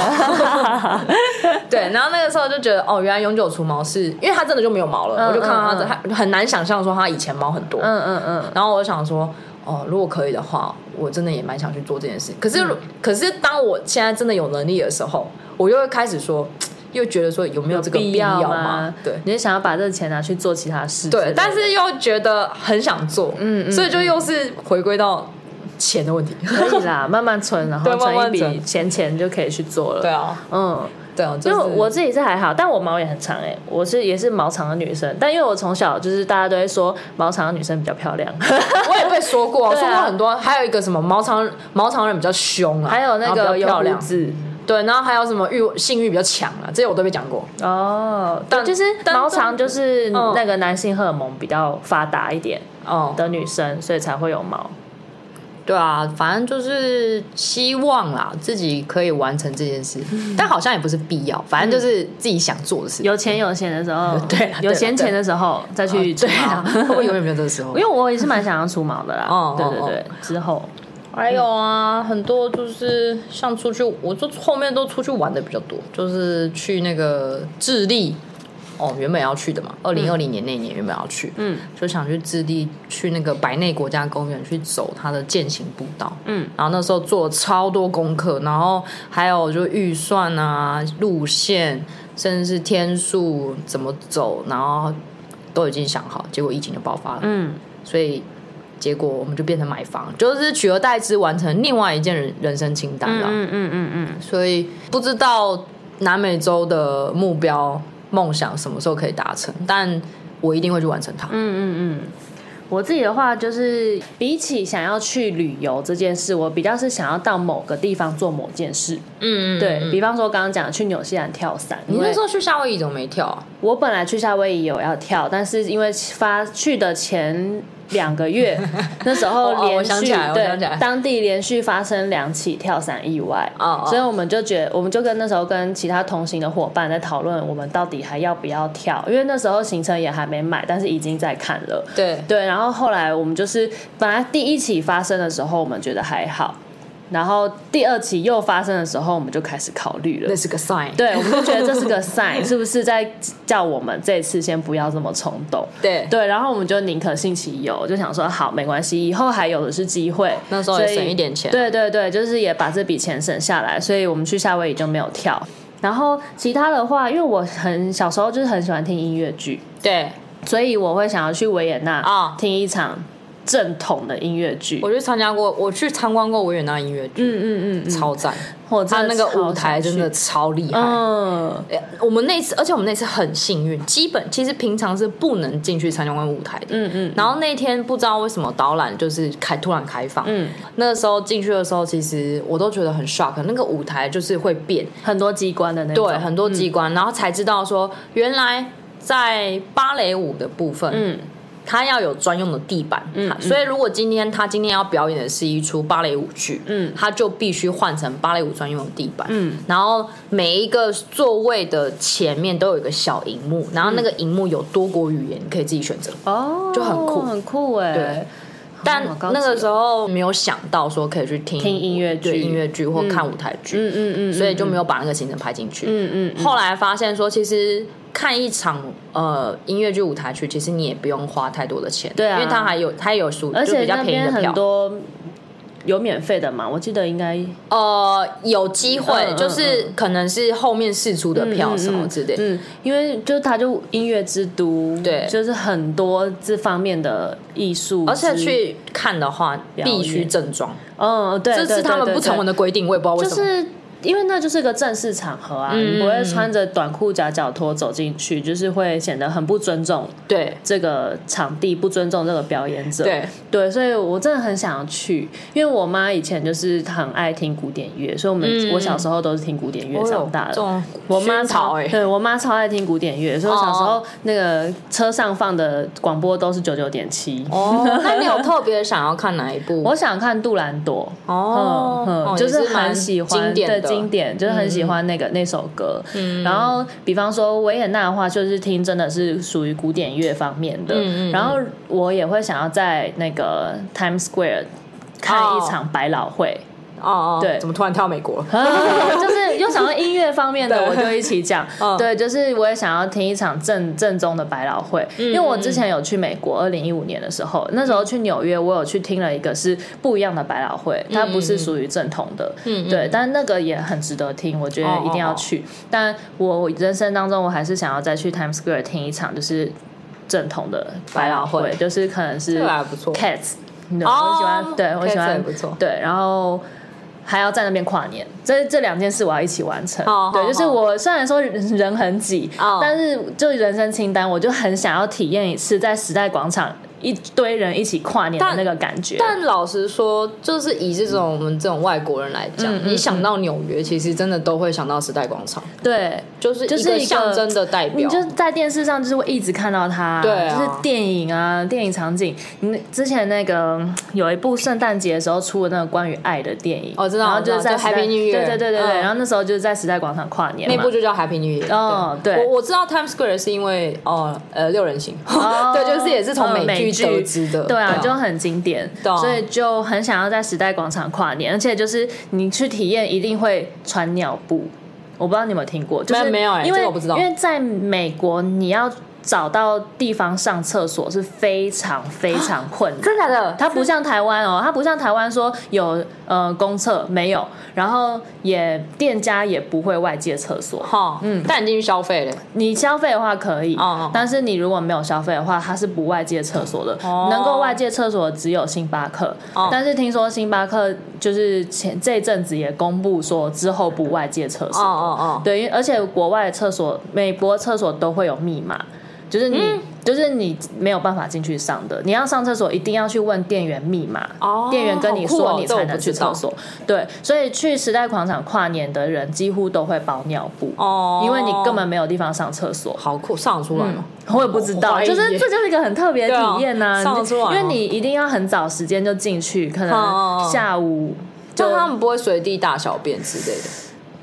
Speaker 3: 对，然后那个时候就觉得哦，原来永久除毛是因为它真的就没有毛了，我就看到它
Speaker 2: 嗯
Speaker 3: 的，它很难想象说它以前毛很多。
Speaker 2: 嗯嗯嗯，
Speaker 3: 然后我就想说，哦，如果可以的话，我真的也蛮想去做这件事。可是，
Speaker 2: 嗯
Speaker 3: 可是当我现在真的有能力的时候，我又会开始说，又觉得说有没有这个必要
Speaker 2: 要
Speaker 3: 吗？对。
Speaker 2: 你是想要把这个钱拿去做其他事之类的？
Speaker 3: 对，但是又觉得很想做，
Speaker 2: 嗯嗯
Speaker 3: 所以就又是回归到钱的问题。
Speaker 2: 可以啦，慢慢存，然后
Speaker 3: 对慢
Speaker 2: 存一
Speaker 3: 慢
Speaker 2: 笔
Speaker 3: 存
Speaker 2: 闲钱就可以去做了。
Speaker 3: 对，啊，
Speaker 2: 嗯，
Speaker 3: 对啊，就
Speaker 2: 因
Speaker 3: 是
Speaker 2: 为我自己是还好，但我毛也很长哎、我是也是毛长的女生，但因为我从小就是大家都会说毛长的女生比较漂亮，
Speaker 3: 我也被说过，
Speaker 2: 对啊
Speaker 3: 说过很多，还有一个什么毛长毛长人比较凶啊，
Speaker 2: 还有那
Speaker 3: 然后
Speaker 2: 个
Speaker 3: 比较
Speaker 2: 有
Speaker 3: 漂
Speaker 2: 胡
Speaker 3: 亮，
Speaker 2: 子
Speaker 3: 对，然后还有什么欲性欲比较强啊，这些我都被讲过。
Speaker 2: 哦，
Speaker 3: 但
Speaker 2: 就是
Speaker 3: 但
Speaker 2: 毛长就是
Speaker 3: 嗯
Speaker 2: 那个男性荷尔蒙比较发达一点
Speaker 3: 哦，
Speaker 2: 的女生，所以才会有毛。
Speaker 3: 对啊，反正就是希望啦，自己可以完成这件事，但好像也不是必要，反正就是自己想做的事。
Speaker 2: 有钱有闲的时 候，
Speaker 3: 对啦
Speaker 2: 有
Speaker 3: 对啦
Speaker 2: 闲钱的时候再去除
Speaker 3: 对啊，哎
Speaker 2: 毛
Speaker 3: 会 不会永远没有这个时候
Speaker 2: 因？为我也是蛮想要除毛的啦。
Speaker 3: 哦
Speaker 2: 对
Speaker 3: 哦
Speaker 2: 对对，之后
Speaker 3: 还有啊，很多就是像出去，我就后面都出去玩的比较多，就是去那个智利。哦，原本要去的嘛，二零二零年那年原本要去，
Speaker 2: 嗯，
Speaker 3: 就想去智利，去那个白内国家公园去走它的践行步道，
Speaker 2: 嗯，
Speaker 3: 然后那时候做了超多功课，然后还有就预算啊、路线，甚至是天数怎么走，然后都已经想好，结果疫情就爆发了，
Speaker 2: 嗯，
Speaker 3: 所以结果我们就变成买房，就是取而代之完成另外一件人人生清单了。
Speaker 2: 嗯嗯嗯嗯，
Speaker 3: 所以不知道南美洲的目标梦想什么时候可以达成，但我一定会去完成它。
Speaker 2: 嗯我自己的话就是，比起想要去旅游这件事，我比较是想要到某个地方做某件事。
Speaker 3: 嗯，
Speaker 2: 对、比方说，刚刚讲的去纽西兰跳伞，
Speaker 3: 你
Speaker 2: 因为
Speaker 3: 那时候去夏威夷怎么没跳、啊？
Speaker 2: 我本来去夏威夷有要跳，但是因为发去的前两 个月，那时候
Speaker 3: 哦哦
Speaker 2: 连
Speaker 3: 我
Speaker 2: 续、
Speaker 3: 想起来我想起来
Speaker 2: 对当地连续发生两起跳伞意外，
Speaker 3: 哦哦
Speaker 2: 所以我们就觉得，我们就跟那时候跟其他同行的伙伴在讨论，我们到底还要不要跳，因为那时候行程也还没买，但是已经在看了。
Speaker 3: 对
Speaker 2: 对，然后后来我们就是本来第一起发生的时候，我们觉得还好，然后第二起又发生的时候，我们就开始考虑了
Speaker 3: 那。是个 sign。
Speaker 2: 对，我们就觉得这 是个 sign，是不是在叫我们这次先不要这么冲动？
Speaker 3: 对
Speaker 2: 对，然后我们就宁可信其有，就想说好，没关系，以后还有的是机会。
Speaker 3: 那时候也
Speaker 2: 所以
Speaker 3: 省一点钱
Speaker 2: 对对对，就是也把这笔钱省下来，所以我们去夏威夷就没有跳。然后其他的话，因为我很小时候就是很喜欢听音乐剧，
Speaker 3: 对，
Speaker 2: 所以我会想要去维也纳
Speaker 3: 啊
Speaker 2: 听一场正统的音乐剧。
Speaker 3: 我去参加过，我去参观过维也纳音乐剧，
Speaker 2: 嗯嗯嗯，
Speaker 3: 超赞。
Speaker 2: 我真
Speaker 3: 他
Speaker 2: 的
Speaker 3: 那个
Speaker 2: 超
Speaker 3: 舞台
Speaker 2: 想
Speaker 3: 真的
Speaker 2: 去，
Speaker 3: 超厉害。
Speaker 2: 嗯，
Speaker 3: 欸我们那次，而且我们那次很幸运，基本其实平常是不能进去参观舞台的。
Speaker 2: 嗯嗯
Speaker 3: 然后那天不知道为什么导览就是开突然开放，
Speaker 2: 嗯，
Speaker 3: 那时候进去的时候，其实我都觉得很 shock，那个舞台就是会变，
Speaker 2: 很嗯多机关的那种，
Speaker 3: 对，很多机关，然后才知道说原来在芭蕾舞的部分，
Speaker 2: 嗯
Speaker 3: 它要有专用的地板，
Speaker 2: 嗯
Speaker 3: 它所以如果今天他今天要表演的是一出芭蕾舞剧，
Speaker 2: 嗯
Speaker 3: 他就必须换成芭蕾舞专用的地板，
Speaker 2: 嗯，
Speaker 3: 然后每一个座位的前面都有一个小荧幕，然后那个荧幕有多国语言，你可以自己选择。
Speaker 2: 哦，
Speaker 3: 就很酷
Speaker 2: 很酷哎、
Speaker 3: 对
Speaker 2: 好，
Speaker 3: 但
Speaker 2: 好高级
Speaker 3: 那个
Speaker 2: 哦
Speaker 3: 时候没有想到说可以去听
Speaker 2: 听音乐剧
Speaker 3: 对音乐剧或看舞台剧，
Speaker 2: 嗯嗯嗯，
Speaker 3: 所以就没有把那个行程排进去。
Speaker 2: 嗯嗯嗯
Speaker 3: 后来发现说，其实看一场呃音乐剧舞台剧，其实你也不用花太多的钱，
Speaker 2: 对啊
Speaker 3: 因为它还有它有属
Speaker 2: 而
Speaker 3: 就
Speaker 2: 且
Speaker 3: 比较
Speaker 2: 那
Speaker 3: 便
Speaker 2: 边
Speaker 3: 宜的
Speaker 2: 很
Speaker 3: 票。
Speaker 2: 多有免费的嘛，我记得应该
Speaker 3: 呃，有机会、
Speaker 2: 嗯嗯
Speaker 3: 就是可能是后面试出的票什么之类的。
Speaker 2: 嗯，嗯因为就它就音乐之都，
Speaker 3: 对
Speaker 2: 就是很多这方面的艺术之，
Speaker 3: 而且去看的话，
Speaker 2: 表演
Speaker 3: 必须正装，
Speaker 2: 嗯，对，
Speaker 3: 这
Speaker 2: 对
Speaker 3: 是他们
Speaker 2: 对
Speaker 3: 不成
Speaker 2: 对
Speaker 3: 文的规定，我也不知道为
Speaker 2: 就
Speaker 3: 什么。
Speaker 2: 是因为那就是个正式场合啊，
Speaker 3: 嗯
Speaker 2: 你不会穿着短裤夹脚拖走进去，就是会显得很不尊重
Speaker 3: 对
Speaker 2: 这个场地，不尊重这个表演者。
Speaker 3: 对
Speaker 2: 对，所以我真的很想要去，因为我妈以前就是很爱听古典乐，所以我们、我小时候都是听古典乐长大
Speaker 3: 这嗯
Speaker 2: 的。
Speaker 3: 哦种
Speaker 2: 我妈
Speaker 3: 熏陶哦
Speaker 2: 超、
Speaker 3: 哎，
Speaker 2: 对我妈超爱听古典乐，所以我小时候那个车上放的广播都是九九点七。
Speaker 3: 哦，那你有特 别想要看哪一部？
Speaker 2: 我想看杜兰朵，
Speaker 3: 哦
Speaker 2: 嗯嗯
Speaker 3: 哦
Speaker 2: 就
Speaker 3: 也是
Speaker 2: 很
Speaker 3: 蛮
Speaker 2: 喜欢，
Speaker 3: 经典的嗯
Speaker 2: 对经典，就是很喜欢那个、那首歌。然后，比方说维也纳的话，就是听真的是属于古典乐方面的。
Speaker 3: 嗯嗯嗯
Speaker 2: 然后我也会想要在那个 Times Square 看
Speaker 3: 哦
Speaker 2: 一场百老汇。
Speaker 3: 哦哦，
Speaker 2: 对
Speaker 3: 怎么突然跳美国了？
Speaker 2: 就是又想到音乐方面的，
Speaker 3: 对
Speaker 2: 我就一起讲
Speaker 3: 嗯。
Speaker 2: 对，就是我也想要听一场正正宗的百老汇，
Speaker 3: 嗯
Speaker 2: 因为我之前有去美国，二零一五年的时候，那时候去纽约，我有去听了一个是不一样的百老汇，
Speaker 3: 嗯
Speaker 2: 它不是属于正统的，对，但那个也很值得听，我觉得一定要去。
Speaker 3: 哦
Speaker 2: 但我人生当中，我还是想要再去 Times Square 听一场，就是正统的 百老
Speaker 3: 百老
Speaker 2: 汇
Speaker 3: 汇，
Speaker 2: 就是可能是
Speaker 3: 这个还不错
Speaker 2: Cats，对
Speaker 3: 哦
Speaker 2: 我喜欢，对我喜
Speaker 3: Cats 也
Speaker 2: 欢，
Speaker 3: 不错
Speaker 2: 对，然后。还要在那边跨年，这这两件事我要一起完成。
Speaker 3: 哦
Speaker 2: 对，
Speaker 3: 好
Speaker 2: 就是
Speaker 3: 好
Speaker 2: 我虽然说人人很挤
Speaker 3: 哦
Speaker 2: 但是就人生清单，我就很想要体验一次在时代广场一堆人一起跨年的
Speaker 3: 但
Speaker 2: 那个感觉。
Speaker 3: 但老实说，就是以这种我们这种外国人来讲，
Speaker 2: 嗯嗯
Speaker 3: 你想到纽约，其实真的都会想到时代广场，
Speaker 2: 对，
Speaker 3: 就是
Speaker 2: 就
Speaker 3: 一
Speaker 2: 是一
Speaker 3: 个
Speaker 2: 个
Speaker 3: 象征的代
Speaker 2: 你
Speaker 3: 表。
Speaker 2: 就在电视上就是会一直看到它，
Speaker 3: 对啊
Speaker 2: 就是电影啊，电影场景。你之前那个嗯有一部圣诞节的时候出的那个关于爱的电影，
Speaker 3: 哦知道
Speaker 2: 然后就是
Speaker 3: 知道
Speaker 2: 在
Speaker 3: 就
Speaker 2: 时代
Speaker 3: Happy New Year
Speaker 2: 对对对对对，
Speaker 3: 嗯
Speaker 2: 然后那时候就是在时代广场跨年嘛，
Speaker 3: 那部就叫 Happy New Year。
Speaker 2: 哦对
Speaker 3: 我我知道 Times Square 是因为哦呃六人行，
Speaker 2: 哦
Speaker 3: 对，就是也是从
Speaker 2: 嗯
Speaker 3: 美剧得知的。
Speaker 2: 对啊，就很经典，
Speaker 3: 对啊
Speaker 2: 所以就很想要在时代广场跨年，而且就是你去体验一定会穿尿布，我不知道你有没有听过，就是
Speaker 3: 没有欸
Speaker 2: 因为
Speaker 3: 这个我不知道
Speaker 2: 因为在美国你要找到地方上厕所是非常非常困 难。
Speaker 3: 真的假的？
Speaker 2: 它不像台湾哦，它不像台湾说有呃公厕没有，然后也店家也不会外借厕所，
Speaker 3: 哈，嗯，但你进去消费了，
Speaker 2: 你消费的话可以，
Speaker 3: 哦哦
Speaker 2: 但是你如果没有消费的话，它是不外借厕所的。
Speaker 3: 哦
Speaker 2: 能够外借厕所的只有星巴克，
Speaker 3: 哦
Speaker 2: 但是听说星巴克就是前这一阵子也公布说之后不外借厕
Speaker 3: 哦
Speaker 2: 所。
Speaker 3: 哦哦，
Speaker 2: 对，因为而且国外的厕所，美国厕所都会有密码，就是你、
Speaker 3: 嗯
Speaker 2: 就是你没有办法进去上的。你要上厕所，一定要去问店员密码，
Speaker 3: 哦
Speaker 2: 店员跟你
Speaker 3: 好酷
Speaker 2: 说
Speaker 3: 哦
Speaker 2: 你
Speaker 3: 这我
Speaker 2: 才
Speaker 3: 不
Speaker 2: 能去
Speaker 3: 知道
Speaker 2: 厕所。对，所以去时代广场跨年的人几乎都会包尿布，
Speaker 3: 哦
Speaker 2: 因为你根本没嗯有地方上厕所。
Speaker 3: 好酷，上得出来吗？哦
Speaker 2: 我也不知
Speaker 3: 我
Speaker 2: 道，
Speaker 3: 怀疑
Speaker 2: 就是这就是一个很特别的体验呐、
Speaker 3: 对啊上得出来哦
Speaker 2: 因为你一定要很早时间就进去，可
Speaker 3: 哦
Speaker 2: 能下午就
Speaker 3: 就他们不会随地大小便之类的。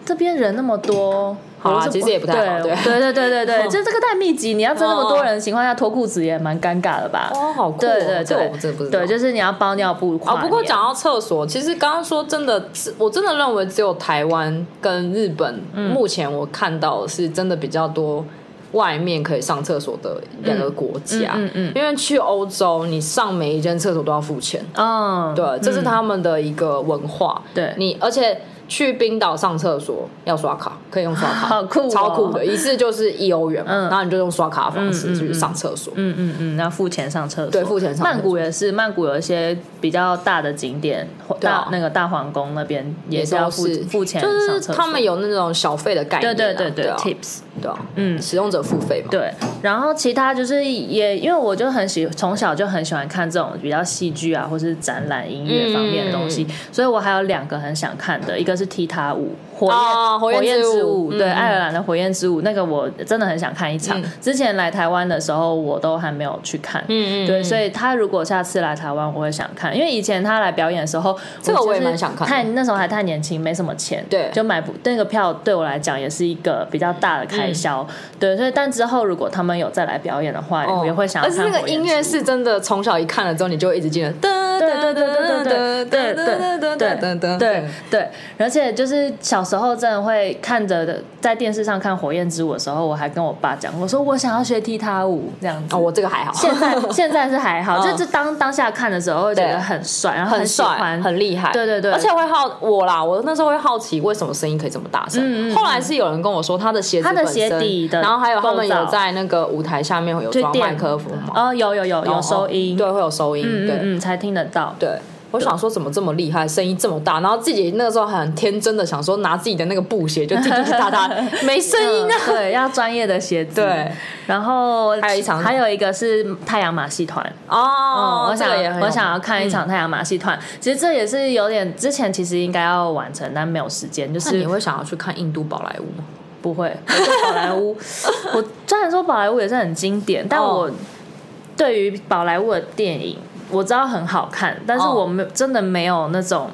Speaker 2: 这边人那么多，
Speaker 3: 好啦
Speaker 2: 我是
Speaker 3: 其实也不太好
Speaker 2: 对
Speaker 3: 对
Speaker 2: 对对对对 对，就这个太密集，你要在那么多人的情况下脱裤子也蛮尴尬的吧？
Speaker 3: 哦，好酷哦！
Speaker 2: 对对
Speaker 3: 这
Speaker 2: 对
Speaker 3: 我真的不知，道。
Speaker 2: 对，就是你要包尿布跨
Speaker 3: 啊，
Speaker 2: 年。
Speaker 3: 不过讲到厕所，其实刚刚说真的，是我真的认为只有台湾跟日本，
Speaker 2: 嗯
Speaker 3: 目前我看到的是真的比较多外面可以上厕所的两个国家。
Speaker 2: 嗯嗯嗯
Speaker 3: 因为去欧洲，你上每一间厕所都要付钱，
Speaker 2: 嗯，
Speaker 3: 对，这是他们的一个文化。
Speaker 2: 对
Speaker 3: 你而且去冰岛上厕所要刷卡，可以用刷卡，
Speaker 2: 好酷哦
Speaker 3: 超酷的，一次就是一欧元嘛，
Speaker 2: 嗯
Speaker 3: 然后你就用刷卡的方
Speaker 2: 嗯嗯
Speaker 3: 式去上厕所。
Speaker 2: 嗯嗯嗯，要付钱上厕所。
Speaker 3: 对付钱上厕所
Speaker 2: 曼谷也是，曼谷有一些比较大的景点，
Speaker 3: 对啊
Speaker 2: 大那个大皇宫那边
Speaker 3: 也
Speaker 2: 也是
Speaker 3: 都
Speaker 2: 要付
Speaker 3: 是
Speaker 2: 付钱
Speaker 3: 就
Speaker 2: 上厕所。
Speaker 3: 是他们有那种小费的概念
Speaker 2: 对
Speaker 3: 啊，
Speaker 2: 对对对
Speaker 3: 对啊
Speaker 2: tips。
Speaker 3: 对啊，
Speaker 2: 嗯
Speaker 3: 使用者付费嘛，
Speaker 2: 对，然后其他就是也因为我就很喜从小就很喜欢看这种比较戏剧啊，或是展览音乐方面的东
Speaker 3: 嗯
Speaker 2: 西，所以我还有两个很想看的，一个是踢踏舞，火焰、
Speaker 3: 哦火焰之
Speaker 2: 之
Speaker 3: 舞
Speaker 2: 对，
Speaker 3: 嗯
Speaker 2: 爱尔兰的火焰之舞，那个我真的很想看一场。
Speaker 3: 嗯
Speaker 2: 之前来台湾的时候，我都还没有去看。
Speaker 3: 嗯嗯
Speaker 2: 对，
Speaker 3: 嗯
Speaker 2: 所以他如果下次来台湾，我会想看，因为以前他来表演的时候，
Speaker 3: 这个我也
Speaker 2: 就是
Speaker 3: 蛮想看的
Speaker 2: 太那时候还太年轻，没什么钱，
Speaker 3: 对
Speaker 2: 就买不那个票，对我来讲也是一个比较大的开销。对，所以但之后如果他们有再来表演的话，
Speaker 3: 哦
Speaker 2: 我也会想要
Speaker 3: 而
Speaker 2: 看
Speaker 3: 且那
Speaker 2: 火
Speaker 3: 个
Speaker 2: 焰
Speaker 3: 音
Speaker 2: 之
Speaker 3: 乐
Speaker 2: 舞
Speaker 3: 是真的，从小一看了之后，你就会一直记得。对
Speaker 2: 对对对对对对对对对对对，而且就是小时候真的会看着的，在电视上看《火焰之舞》的时候，我还跟我爸讲，我说我想要学踢踏舞这样子
Speaker 3: 哦，。我这个还好，
Speaker 2: 现在现在是还好，
Speaker 3: 嗯
Speaker 2: 就是当当下看的时候会觉得
Speaker 3: 对
Speaker 2: 很帅，然后
Speaker 3: 很
Speaker 2: 喜
Speaker 3: 帅，
Speaker 2: 欢，
Speaker 3: 很厉害。
Speaker 2: 对对对
Speaker 3: 而且会好我啦，我那时候会好奇为什么声音可以这么大
Speaker 2: 嗯嗯
Speaker 3: 声。
Speaker 2: 嗯
Speaker 3: 后来是有人跟我说，他的鞋子
Speaker 2: 他的
Speaker 3: 本身
Speaker 2: 鞋底的
Speaker 3: 然后还有他们
Speaker 2: 构造
Speaker 3: 有在那个舞台下面有
Speaker 2: 就
Speaker 3: 装
Speaker 2: 垫
Speaker 3: 麦克风嘛，
Speaker 2: 哦，有有有有收音，
Speaker 3: 对，会有收音，
Speaker 2: 嗯，嗯
Speaker 3: 对
Speaker 2: 嗯，才听得到。
Speaker 3: 对。我想说怎么这么厉害，声音这么大，然后自己那个时候很天真的想说拿自己的那个布鞋就踢踢踢踏 踏，没声音啊
Speaker 2: 嗯，对，要专业的鞋子。
Speaker 3: 对，
Speaker 2: 然后
Speaker 3: 还有一场
Speaker 2: 还有一个是太阳马戏团。
Speaker 3: 哦，
Speaker 2: 嗯我
Speaker 3: 这
Speaker 2: 想
Speaker 3: 个也很有嗯
Speaker 2: 我想要看一场太阳马戏团。其实这也是有点之前其实应该要完成，但没有时间，就
Speaker 3: 那你
Speaker 2: 是
Speaker 3: 会想要去看印度宝莱坞吗？
Speaker 2: 不会。我对宝莱 坞，我虽然说宝莱坞也是很经典，但
Speaker 3: 哦
Speaker 2: 我对于宝莱坞的电影我知道很好看，但是
Speaker 3: 哦
Speaker 2: 我没真的没有那种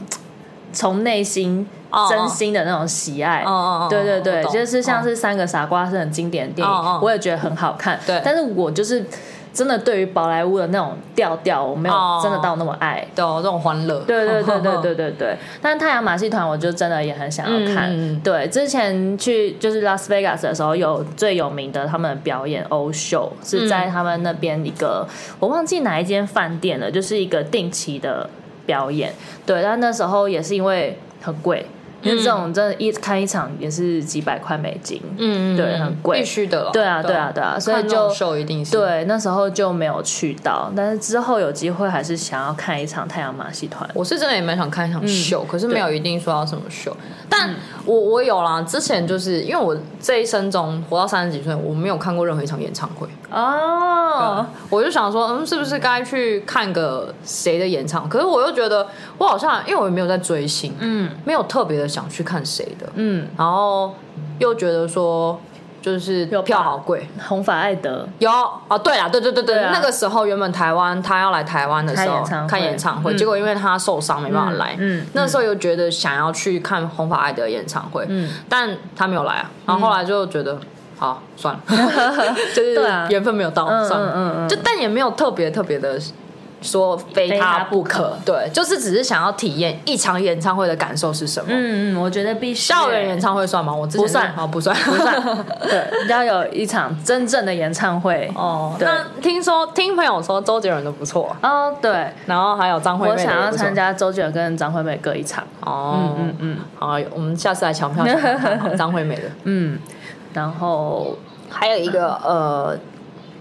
Speaker 2: 从内心
Speaker 3: 哦
Speaker 2: 真心的那种喜爱。
Speaker 3: 哦哦哦
Speaker 2: 对对对
Speaker 3: 我，懂哦
Speaker 2: 就是像是《三个傻瓜》是很经典的电影，
Speaker 3: 哦哦
Speaker 2: 我也觉得很好看。
Speaker 3: 对
Speaker 2: 但是我就是真的对于宝莱坞的那种调调，我没
Speaker 3: 哦
Speaker 2: 有真的到那么爱。
Speaker 3: 懂这种欢乐。
Speaker 2: 对对对对对对对，但太阳马戏团我就真的也很想要看。
Speaker 3: 嗯嗯嗯
Speaker 2: 对，之前去就是拉斯维加斯的时候，有最有名的他们的表演欧秀是在他们那边一个、我忘记哪一间饭店了，就是一个定期的表演。对，但那时候也是因为很贵，因为这种真的一看一场也是几百块美金。
Speaker 3: 嗯，嗯，嗯
Speaker 2: 对很贵
Speaker 3: 必须的啦。
Speaker 2: 对啊对啊对啊所以
Speaker 3: 看这种
Speaker 2: 就
Speaker 3: 秀一定是。
Speaker 2: 对，那时候就没有去到，但是之后有机会还是想要看一场太阳马戏团。
Speaker 3: 我是真的也蛮想看一
Speaker 2: 嗯
Speaker 3: 场秀，可是没有一定说要什么秀。但我我有啦，之前就是因为我这一生中活到三十几岁，我没有看过任何一场演唱会。
Speaker 2: 哦，
Speaker 3: 我就想说，嗯，是不是该去看个谁的演唱？可是我又觉得，我好像因为我也没有在追星，
Speaker 2: 嗯
Speaker 3: 没有特别的想去看谁的，
Speaker 2: 嗯，
Speaker 3: 然后又觉得说，就是
Speaker 2: 有吧
Speaker 3: 票好贵。
Speaker 2: 红发艾德，
Speaker 3: 有哦，对啦，对对对对，
Speaker 2: 对啊
Speaker 3: 那个时候原本台湾他要来台湾的时候
Speaker 2: 开演唱会
Speaker 3: 看演唱会，
Speaker 2: 嗯
Speaker 3: 结果因为他受伤没办法来，
Speaker 2: 嗯嗯
Speaker 3: 那时候又觉得想要去看红发爱的演唱会，
Speaker 2: 嗯
Speaker 3: 但他没有来啊，然后后来就觉得。好，算 了，就是
Speaker 2: 对啊
Speaker 3: 缘分没有到，
Speaker 2: 嗯
Speaker 3: 算了，
Speaker 2: 嗯嗯嗯
Speaker 3: 就但也没有特别特别的说非
Speaker 2: 非
Speaker 3: 他
Speaker 2: 他
Speaker 3: 不
Speaker 2: 不
Speaker 3: 可
Speaker 2: 可，
Speaker 3: 对，就是只是想要体验一场演唱会的感受是什么。
Speaker 2: 嗯嗯，我觉得必须
Speaker 3: 校园演唱会算吗？我之前
Speaker 2: 不算
Speaker 3: 哦，不算，不 算，
Speaker 2: 对要有一场真正的演唱会
Speaker 3: 哦，
Speaker 2: 对
Speaker 3: 那听说听朋友说周杰伦的不错，
Speaker 2: 哦，对，
Speaker 3: 然后还有张惠妹
Speaker 2: 我
Speaker 3: 的也不错
Speaker 2: 想要参加周杰伦跟张惠妹各一场，
Speaker 3: 哦，嗯
Speaker 2: 嗯嗯
Speaker 3: 好，我们下次来抢票，抢票 抢票张惠妹的。
Speaker 2: 嗯，然后
Speaker 3: 还有一个呃，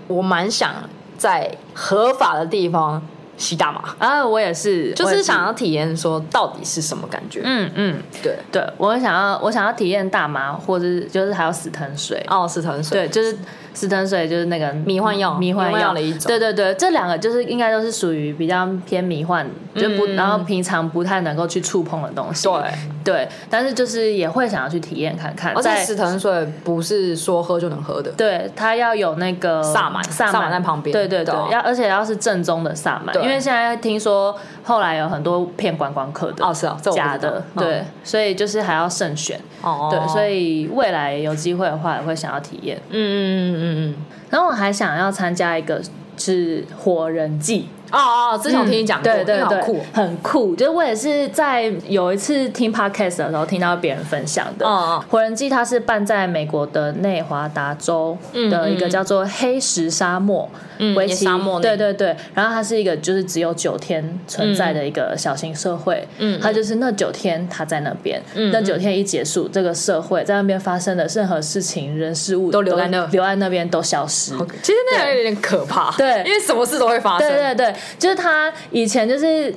Speaker 3: 我蛮想在合法的地方吸大麻，
Speaker 2: 啊，我也是，
Speaker 3: 就
Speaker 2: 我也
Speaker 3: 是想要体验说到底是什么感觉。
Speaker 2: 嗯嗯，
Speaker 3: 对，
Speaker 2: 对我想要我想要体验大麻，或者是就是还有死藤水，
Speaker 3: 哦，是藤水，
Speaker 2: 对，就是死藤水，就是那个迷
Speaker 3: 幻药
Speaker 2: 迷幻
Speaker 3: 迷幻药
Speaker 2: 药
Speaker 3: 的一种
Speaker 2: 对对对，这两个就是应该都是属于比较偏迷幻，就不、
Speaker 3: 嗯
Speaker 2: 然后平常不太能够去触碰的东西。
Speaker 3: 对哦
Speaker 2: 对，但是就是也会想要去体验看看，
Speaker 3: 而且
Speaker 2: 在
Speaker 3: 死藤水不是说喝就能喝的。
Speaker 2: 对它要有那个
Speaker 3: 萨满
Speaker 2: 萨
Speaker 3: 萨满在旁边
Speaker 2: 对对
Speaker 3: 对
Speaker 2: 对
Speaker 3: 啊，
Speaker 2: 要而且要是正宗的萨满
Speaker 3: 对，
Speaker 2: 因为现在听说后来有很多骗观光客的
Speaker 3: 哦，是啊，这我不知道
Speaker 2: 假的，
Speaker 3: 嗯
Speaker 2: 对，所以就是还要慎选。
Speaker 3: 哦，
Speaker 2: 对，所
Speaker 3: 以
Speaker 2: 以未来有机会的话，也会想要体验。
Speaker 3: 嗯嗯嗯嗯嗯。
Speaker 2: 然后我还想要参加一个是火人祭，嗯
Speaker 3: 哦哦，之前我听你讲过，
Speaker 2: 对对
Speaker 3: 你好
Speaker 2: 对，
Speaker 3: 酷哦
Speaker 2: 很酷。就是我也是在有一次听 podcast 的时候听到别人分享的。
Speaker 3: 嗯嗯
Speaker 2: 火人祭它是办在美国的内华达州
Speaker 3: 嗯
Speaker 2: 的一个
Speaker 3: 嗯
Speaker 2: 叫做黑石沙漠
Speaker 3: 嗯
Speaker 2: 为
Speaker 3: 也
Speaker 2: 期、
Speaker 3: 沙漠那
Speaker 2: 对对对。然后它是一个就是只有九天存在的一个小型社会。
Speaker 3: 嗯嗯
Speaker 2: 它就是那九天它在那边，
Speaker 3: 嗯
Speaker 2: 那九天一结束，这个社会在那边发生的任何事情、人、事物
Speaker 3: 都留在那
Speaker 2: 留在那边都消失。
Speaker 3: 好其实那个有点可怕，
Speaker 2: 对
Speaker 3: 因为什么事都会发生。
Speaker 2: 对对对，就是他以前就是。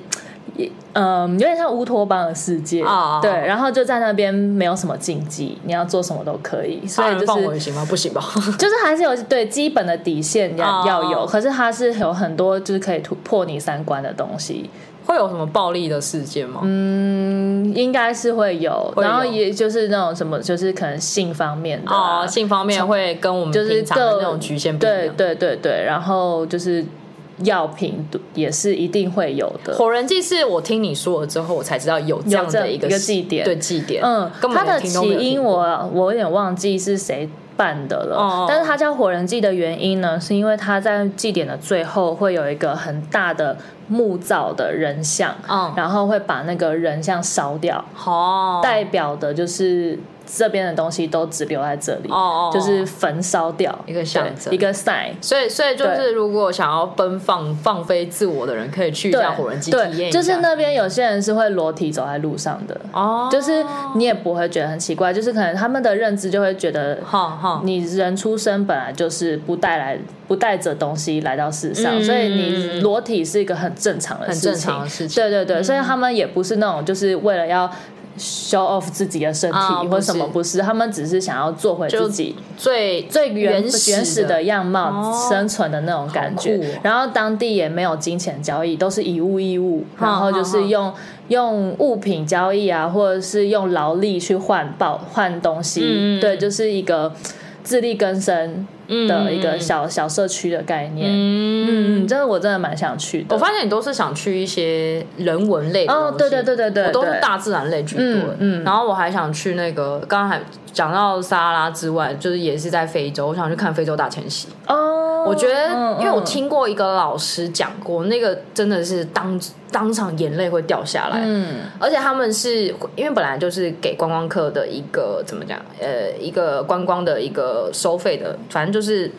Speaker 2: 嗯，有点像乌托邦的世界
Speaker 3: 啊
Speaker 2: 对，然后就在那边没有什么禁忌，你要做什么都可以，所以
Speaker 3: 杀人
Speaker 2: 就
Speaker 3: 啊放火
Speaker 2: 是
Speaker 3: 也行吗？不行吧？
Speaker 2: 就是还是有对基本的底线要、
Speaker 3: 啊
Speaker 2: 要有，可是它是有很多就是可以突破你三观的东西，
Speaker 3: 会有什么暴力的事件吗？
Speaker 2: 嗯，应该是会有，
Speaker 3: 会有
Speaker 2: 然后也就是那种什么，就是可能性方面的、啊、
Speaker 3: 哦，性方面会跟我们
Speaker 2: 就是
Speaker 3: 平常的
Speaker 2: 各
Speaker 3: 那种局限不一
Speaker 2: 对
Speaker 3: 样。
Speaker 2: 对对对，然后就是药品也是一定会有的，
Speaker 3: 火人祭是我听你说了之后，我才知道有这样的一个
Speaker 2: 有这一个祭典
Speaker 3: 对祭典，
Speaker 2: 嗯，
Speaker 3: 根
Speaker 2: 它
Speaker 3: 本
Speaker 2: 的
Speaker 3: 连听
Speaker 2: 起
Speaker 3: 都没有听
Speaker 2: 因
Speaker 3: 过
Speaker 2: 我我有点忘记是谁办的了，
Speaker 3: 哦
Speaker 2: 但是它叫火人祭的原因呢，是因为它在祭典的最后会有一个很大的木造的人像，
Speaker 3: 嗯
Speaker 2: 然后会把那个人像烧掉，
Speaker 3: 哦，
Speaker 2: 代表的就是这边的东西都只留在这里，
Speaker 3: 哦哦哦
Speaker 2: 就是焚烧掉
Speaker 3: 一个象征
Speaker 2: 对一个 sign。
Speaker 3: 所以所以就是
Speaker 2: 对
Speaker 3: 如果想要奔放放飞自我的人，可以去一
Speaker 2: 对
Speaker 3: 下火人祭体验
Speaker 2: 对，
Speaker 3: 一下
Speaker 2: 就是那边有些人是会裸体走在路上的，
Speaker 3: 哦，
Speaker 2: 就是你也不会觉得很奇怪，就是可能他们的认知就会觉得
Speaker 3: 好好
Speaker 2: 你人出生本来就是不带来不带着东西来到世上，
Speaker 3: 嗯
Speaker 2: 所以你裸体是一个很正常的
Speaker 3: 很
Speaker 2: 事情。
Speaker 3: 正常的事情嗯
Speaker 2: 对对对，所以他们也不是那种就是为了要 show off 自己的身体、
Speaker 3: 啊
Speaker 2: 或什么，
Speaker 3: 不
Speaker 2: 不是，他们只是想要做回自己。
Speaker 3: 最
Speaker 2: 最原
Speaker 3: 原始
Speaker 2: 原始
Speaker 3: 的
Speaker 2: 的样貌
Speaker 3: 哦
Speaker 2: 生存的那种感觉，
Speaker 3: 好酷哦
Speaker 2: 然后当地也没有金钱交易，都是以物易物，然后就
Speaker 3: 好好
Speaker 2: 是用用物品交易啊，或者是用劳力去换报换东西，
Speaker 3: 嗯嗯嗯
Speaker 2: 对，就是一个自力更生的一
Speaker 3: 嗯
Speaker 2: 个小、小社区的概念。嗯嗯，这个我真的蛮想去的。
Speaker 3: 我发现你都是想去一些人文类的
Speaker 2: 哦
Speaker 3: 东西
Speaker 2: 对对对对对
Speaker 3: 我都是
Speaker 2: 对
Speaker 3: 大自然类居多。欸
Speaker 2: 嗯嗯
Speaker 3: 然后我还想去那个，刚刚还讲到撒哈拉之外，就是也是在非洲，我想去看非洲大迁徙。
Speaker 2: 哦，
Speaker 3: 我觉得
Speaker 2: 嗯，
Speaker 3: 因为我
Speaker 2: 嗯
Speaker 3: 听过一个老师讲过，那个真的是当当场眼泪会掉下来。
Speaker 2: 嗯
Speaker 3: 而且他们是因为本来就是给观光客的一个怎么讲，呃，一个观光的一个收费的，反正就是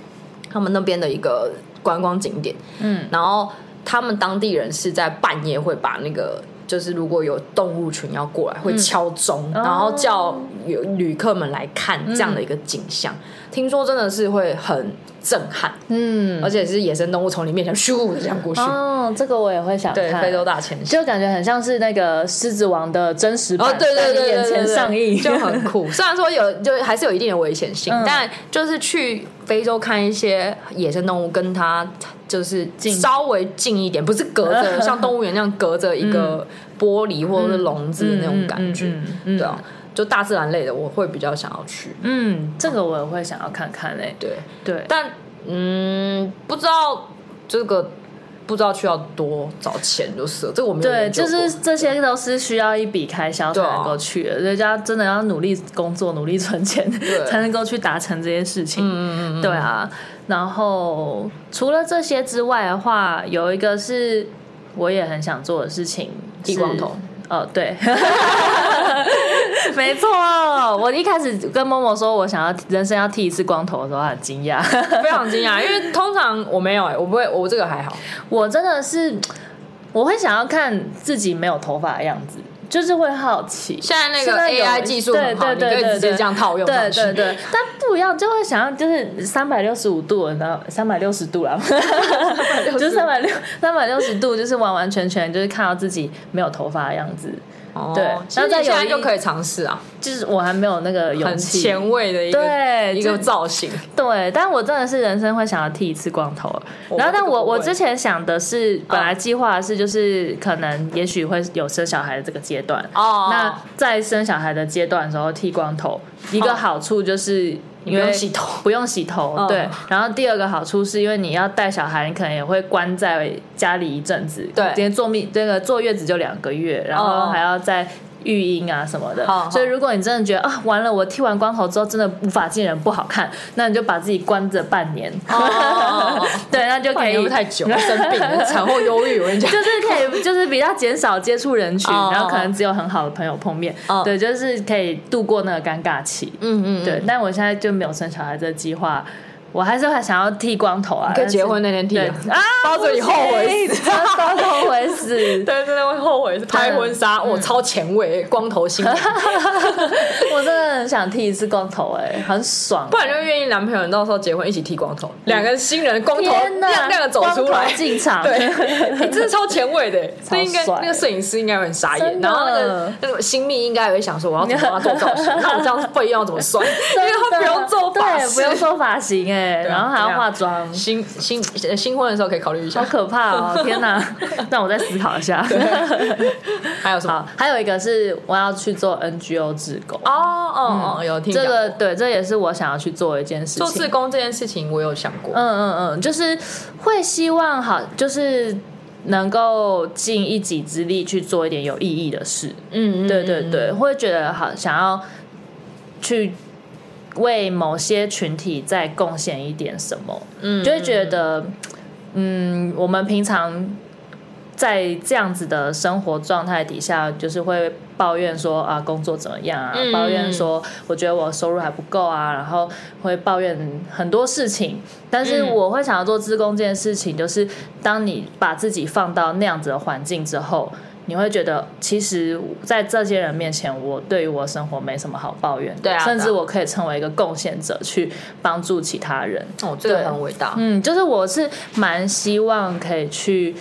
Speaker 3: 他们那边的一个观光景点。
Speaker 2: 嗯，
Speaker 3: 然后他们当地人是在半夜会把那个。就是如果有动物群要过来，会敲钟，
Speaker 2: 嗯
Speaker 3: 然后叫有旅客们来看这样的一个景象。听说真的是会很震撼，
Speaker 2: 哦嗯
Speaker 3: 而且是野生动物从你面前咻的这样过去。
Speaker 2: 哦，这个我也会想
Speaker 3: 对，
Speaker 2: 看。
Speaker 3: 非洲大迁徙。
Speaker 2: 就感觉很像是那个《狮子王》的真实版，
Speaker 3: 哦，对对对
Speaker 2: 在你
Speaker 3: 对，
Speaker 2: 眼前
Speaker 3: 对对
Speaker 2: 上映，
Speaker 3: 就很酷。虽然说有，就还是有一定的危险性，
Speaker 2: 嗯
Speaker 3: 但就是去非洲看一些野生动物，跟它就是稍微近一点，不是隔 着像动物园那样隔着一个玻璃或者是笼子的那种感觉，
Speaker 2: 嗯嗯嗯嗯嗯
Speaker 3: 对啊，就大自然类的，我会比较想要去。
Speaker 2: 嗯，这个我也会想要看看欸诶、
Speaker 3: 对，
Speaker 2: 对，
Speaker 3: 但嗯，不知道这个。不知道需要多少钱就是了，这个我没有
Speaker 2: 对，
Speaker 3: 研究
Speaker 2: 就
Speaker 3: 过
Speaker 2: 是 这些都是需要一笔开销才
Speaker 3: 对啊
Speaker 2: 能够去的，所以就要真的要努力工作、努力存钱， 才能够去达成这些事情。嗯嗯对啊。然后除了这些之外的话，有一个是我也很想做的事情，
Speaker 3: 剃
Speaker 2: 是
Speaker 3: 光头。
Speaker 2: 哦， 对，没错，我一开始跟默默说我想要人生要剃一次光头的时候，他很惊讶。
Speaker 3: 嗯非常惊讶，因为通常我没有、欸，我不会，我这个还好。
Speaker 2: 我真的是，我会想要看自己没有头发的样子，就是会好奇。
Speaker 3: 现在那个
Speaker 2: 有
Speaker 3: AI 技术很好，
Speaker 2: 对
Speaker 3: 你
Speaker 2: 对
Speaker 3: 可
Speaker 2: 对
Speaker 3: 以
Speaker 2: 对
Speaker 3: 直接这样套用
Speaker 2: 对
Speaker 3: 上去。
Speaker 2: 对 对，但不一样，就会想要就是三百六十五度，然后三百六十度啦， 就是三百六三百六十度，就是完完全全就是看到自己没有头发的样子。
Speaker 3: 哦
Speaker 2: 对
Speaker 3: 其实
Speaker 2: 那再
Speaker 3: 你
Speaker 2: 有
Speaker 3: 现在
Speaker 2: 一
Speaker 3: 就可以尝试啊，
Speaker 2: 就是我还没有那个勇
Speaker 3: 很
Speaker 2: 气，
Speaker 3: 前卫的一个
Speaker 2: 对，
Speaker 3: 一
Speaker 2: 就
Speaker 3: 个造型。
Speaker 2: 对，但我真的是人生会想要剃一次光头。
Speaker 3: 我
Speaker 2: 然后，
Speaker 3: 这个
Speaker 2: 但我
Speaker 3: 不会哦
Speaker 2: 我之前想的是，本来计划的是就是可能也许会有生小孩的这个阶段。
Speaker 3: 哦
Speaker 2: 那在生小孩的阶段的时候剃光头，一个
Speaker 3: 哦
Speaker 2: 好处就是。
Speaker 3: 你不用洗头，
Speaker 2: 不用洗头，
Speaker 3: 嗯
Speaker 2: 对。然后第二个好处是因为你要带小孩，你可能也会关在家里一阵子，
Speaker 3: 对
Speaker 2: 今天坐蜜这个坐月子就两个月，然
Speaker 3: 哦
Speaker 2: 后
Speaker 3: 哦
Speaker 2: 还要在育婴啊什么的
Speaker 3: 好好。
Speaker 2: 所以如果你真的觉得啊，完了，我剃完光头之后真的无法见人，不好看，那你就把自己关着半年，
Speaker 3: 哦哦哦哦
Speaker 2: 对，那就可以
Speaker 3: 留太久，生病 了，产后忧郁，我 跟你讲
Speaker 2: 就。是可以，就是比较减少接触人群，
Speaker 3: 哦
Speaker 2: 然后可能只有很好的朋友碰面
Speaker 3: 哦，
Speaker 2: 对，就是可以度过那个尴尬期。
Speaker 3: 嗯嗯，
Speaker 2: 对，但我现在就没有生小孩这个计划，我还是会想要剃光头啊。
Speaker 3: 可以
Speaker 2: 但是
Speaker 3: 结婚那天剃
Speaker 2: 对
Speaker 3: 啊
Speaker 2: 啊，
Speaker 3: 包准你后悔死
Speaker 2: 死， 包准后悔死。
Speaker 3: 对，嗯真的会后悔。拍婚纱，我超前卫，光头新 娘。
Speaker 2: 我真的很想剃一次光头，哎，很爽
Speaker 3: 不。然就愿意男朋友到时候结婚一起剃光头，两个新人光头
Speaker 2: 天哪
Speaker 3: 亮亮的走出
Speaker 2: 光
Speaker 3: 来
Speaker 2: 头进场
Speaker 3: 对， 欸这是超前卫的，
Speaker 2: 超
Speaker 3: 这应该
Speaker 2: 帅
Speaker 3: 那个摄影师应该会很傻眼，
Speaker 2: 真的
Speaker 3: 然后那个那个新密应该也会想说我要怎么帮他做 造型，那我这样子费用要怎么算？因为他不用做发
Speaker 2: 对，
Speaker 3: 饰，
Speaker 2: 不用做发型，哎，
Speaker 3: 对啊
Speaker 2: 然后还要化妆。
Speaker 3: 新新呃新婚的时候可以考虑一
Speaker 2: 好
Speaker 3: 下，
Speaker 2: 可怕 哦！天哪，让我再思考一下。
Speaker 3: 还有什么
Speaker 2: 好？，还有一个是我要去做 NGO 志工，
Speaker 3: 哦哦哦，有听
Speaker 2: 嗯这
Speaker 3: 讲
Speaker 2: 个对，这也是我想要去做的一件事情。
Speaker 3: 做志工这件事情，我有想过，
Speaker 2: 嗯嗯嗯，就是会希望好，就是能够尽一己之力去做一点有意义的事。
Speaker 3: 嗯
Speaker 2: 对对，对，会觉得好想要去为某些群体再贡献一点什么，
Speaker 3: 嗯
Speaker 2: 就会觉得，嗯，我们平常。在这样子的生活状态底下，就是会抱怨说啊，工作怎么样啊，
Speaker 3: 嗯
Speaker 2: 抱怨说我觉得我收入还不够啊，然后会抱怨很多事情。但是
Speaker 3: 嗯
Speaker 2: 我会想要做志工这件事情，就是当你把自己放到那样子的环境之后，你会觉得，其实，在这些人面前，我对于我生活没什么好抱怨的，
Speaker 3: 对啊
Speaker 2: 甚
Speaker 3: 对
Speaker 2: 至
Speaker 3: 啊
Speaker 2: 我可以成为一个贡献者，去帮助其他人。
Speaker 3: 哦，这个
Speaker 2: 对
Speaker 3: 很伟大，
Speaker 2: 嗯，就是我是蛮希望可以去，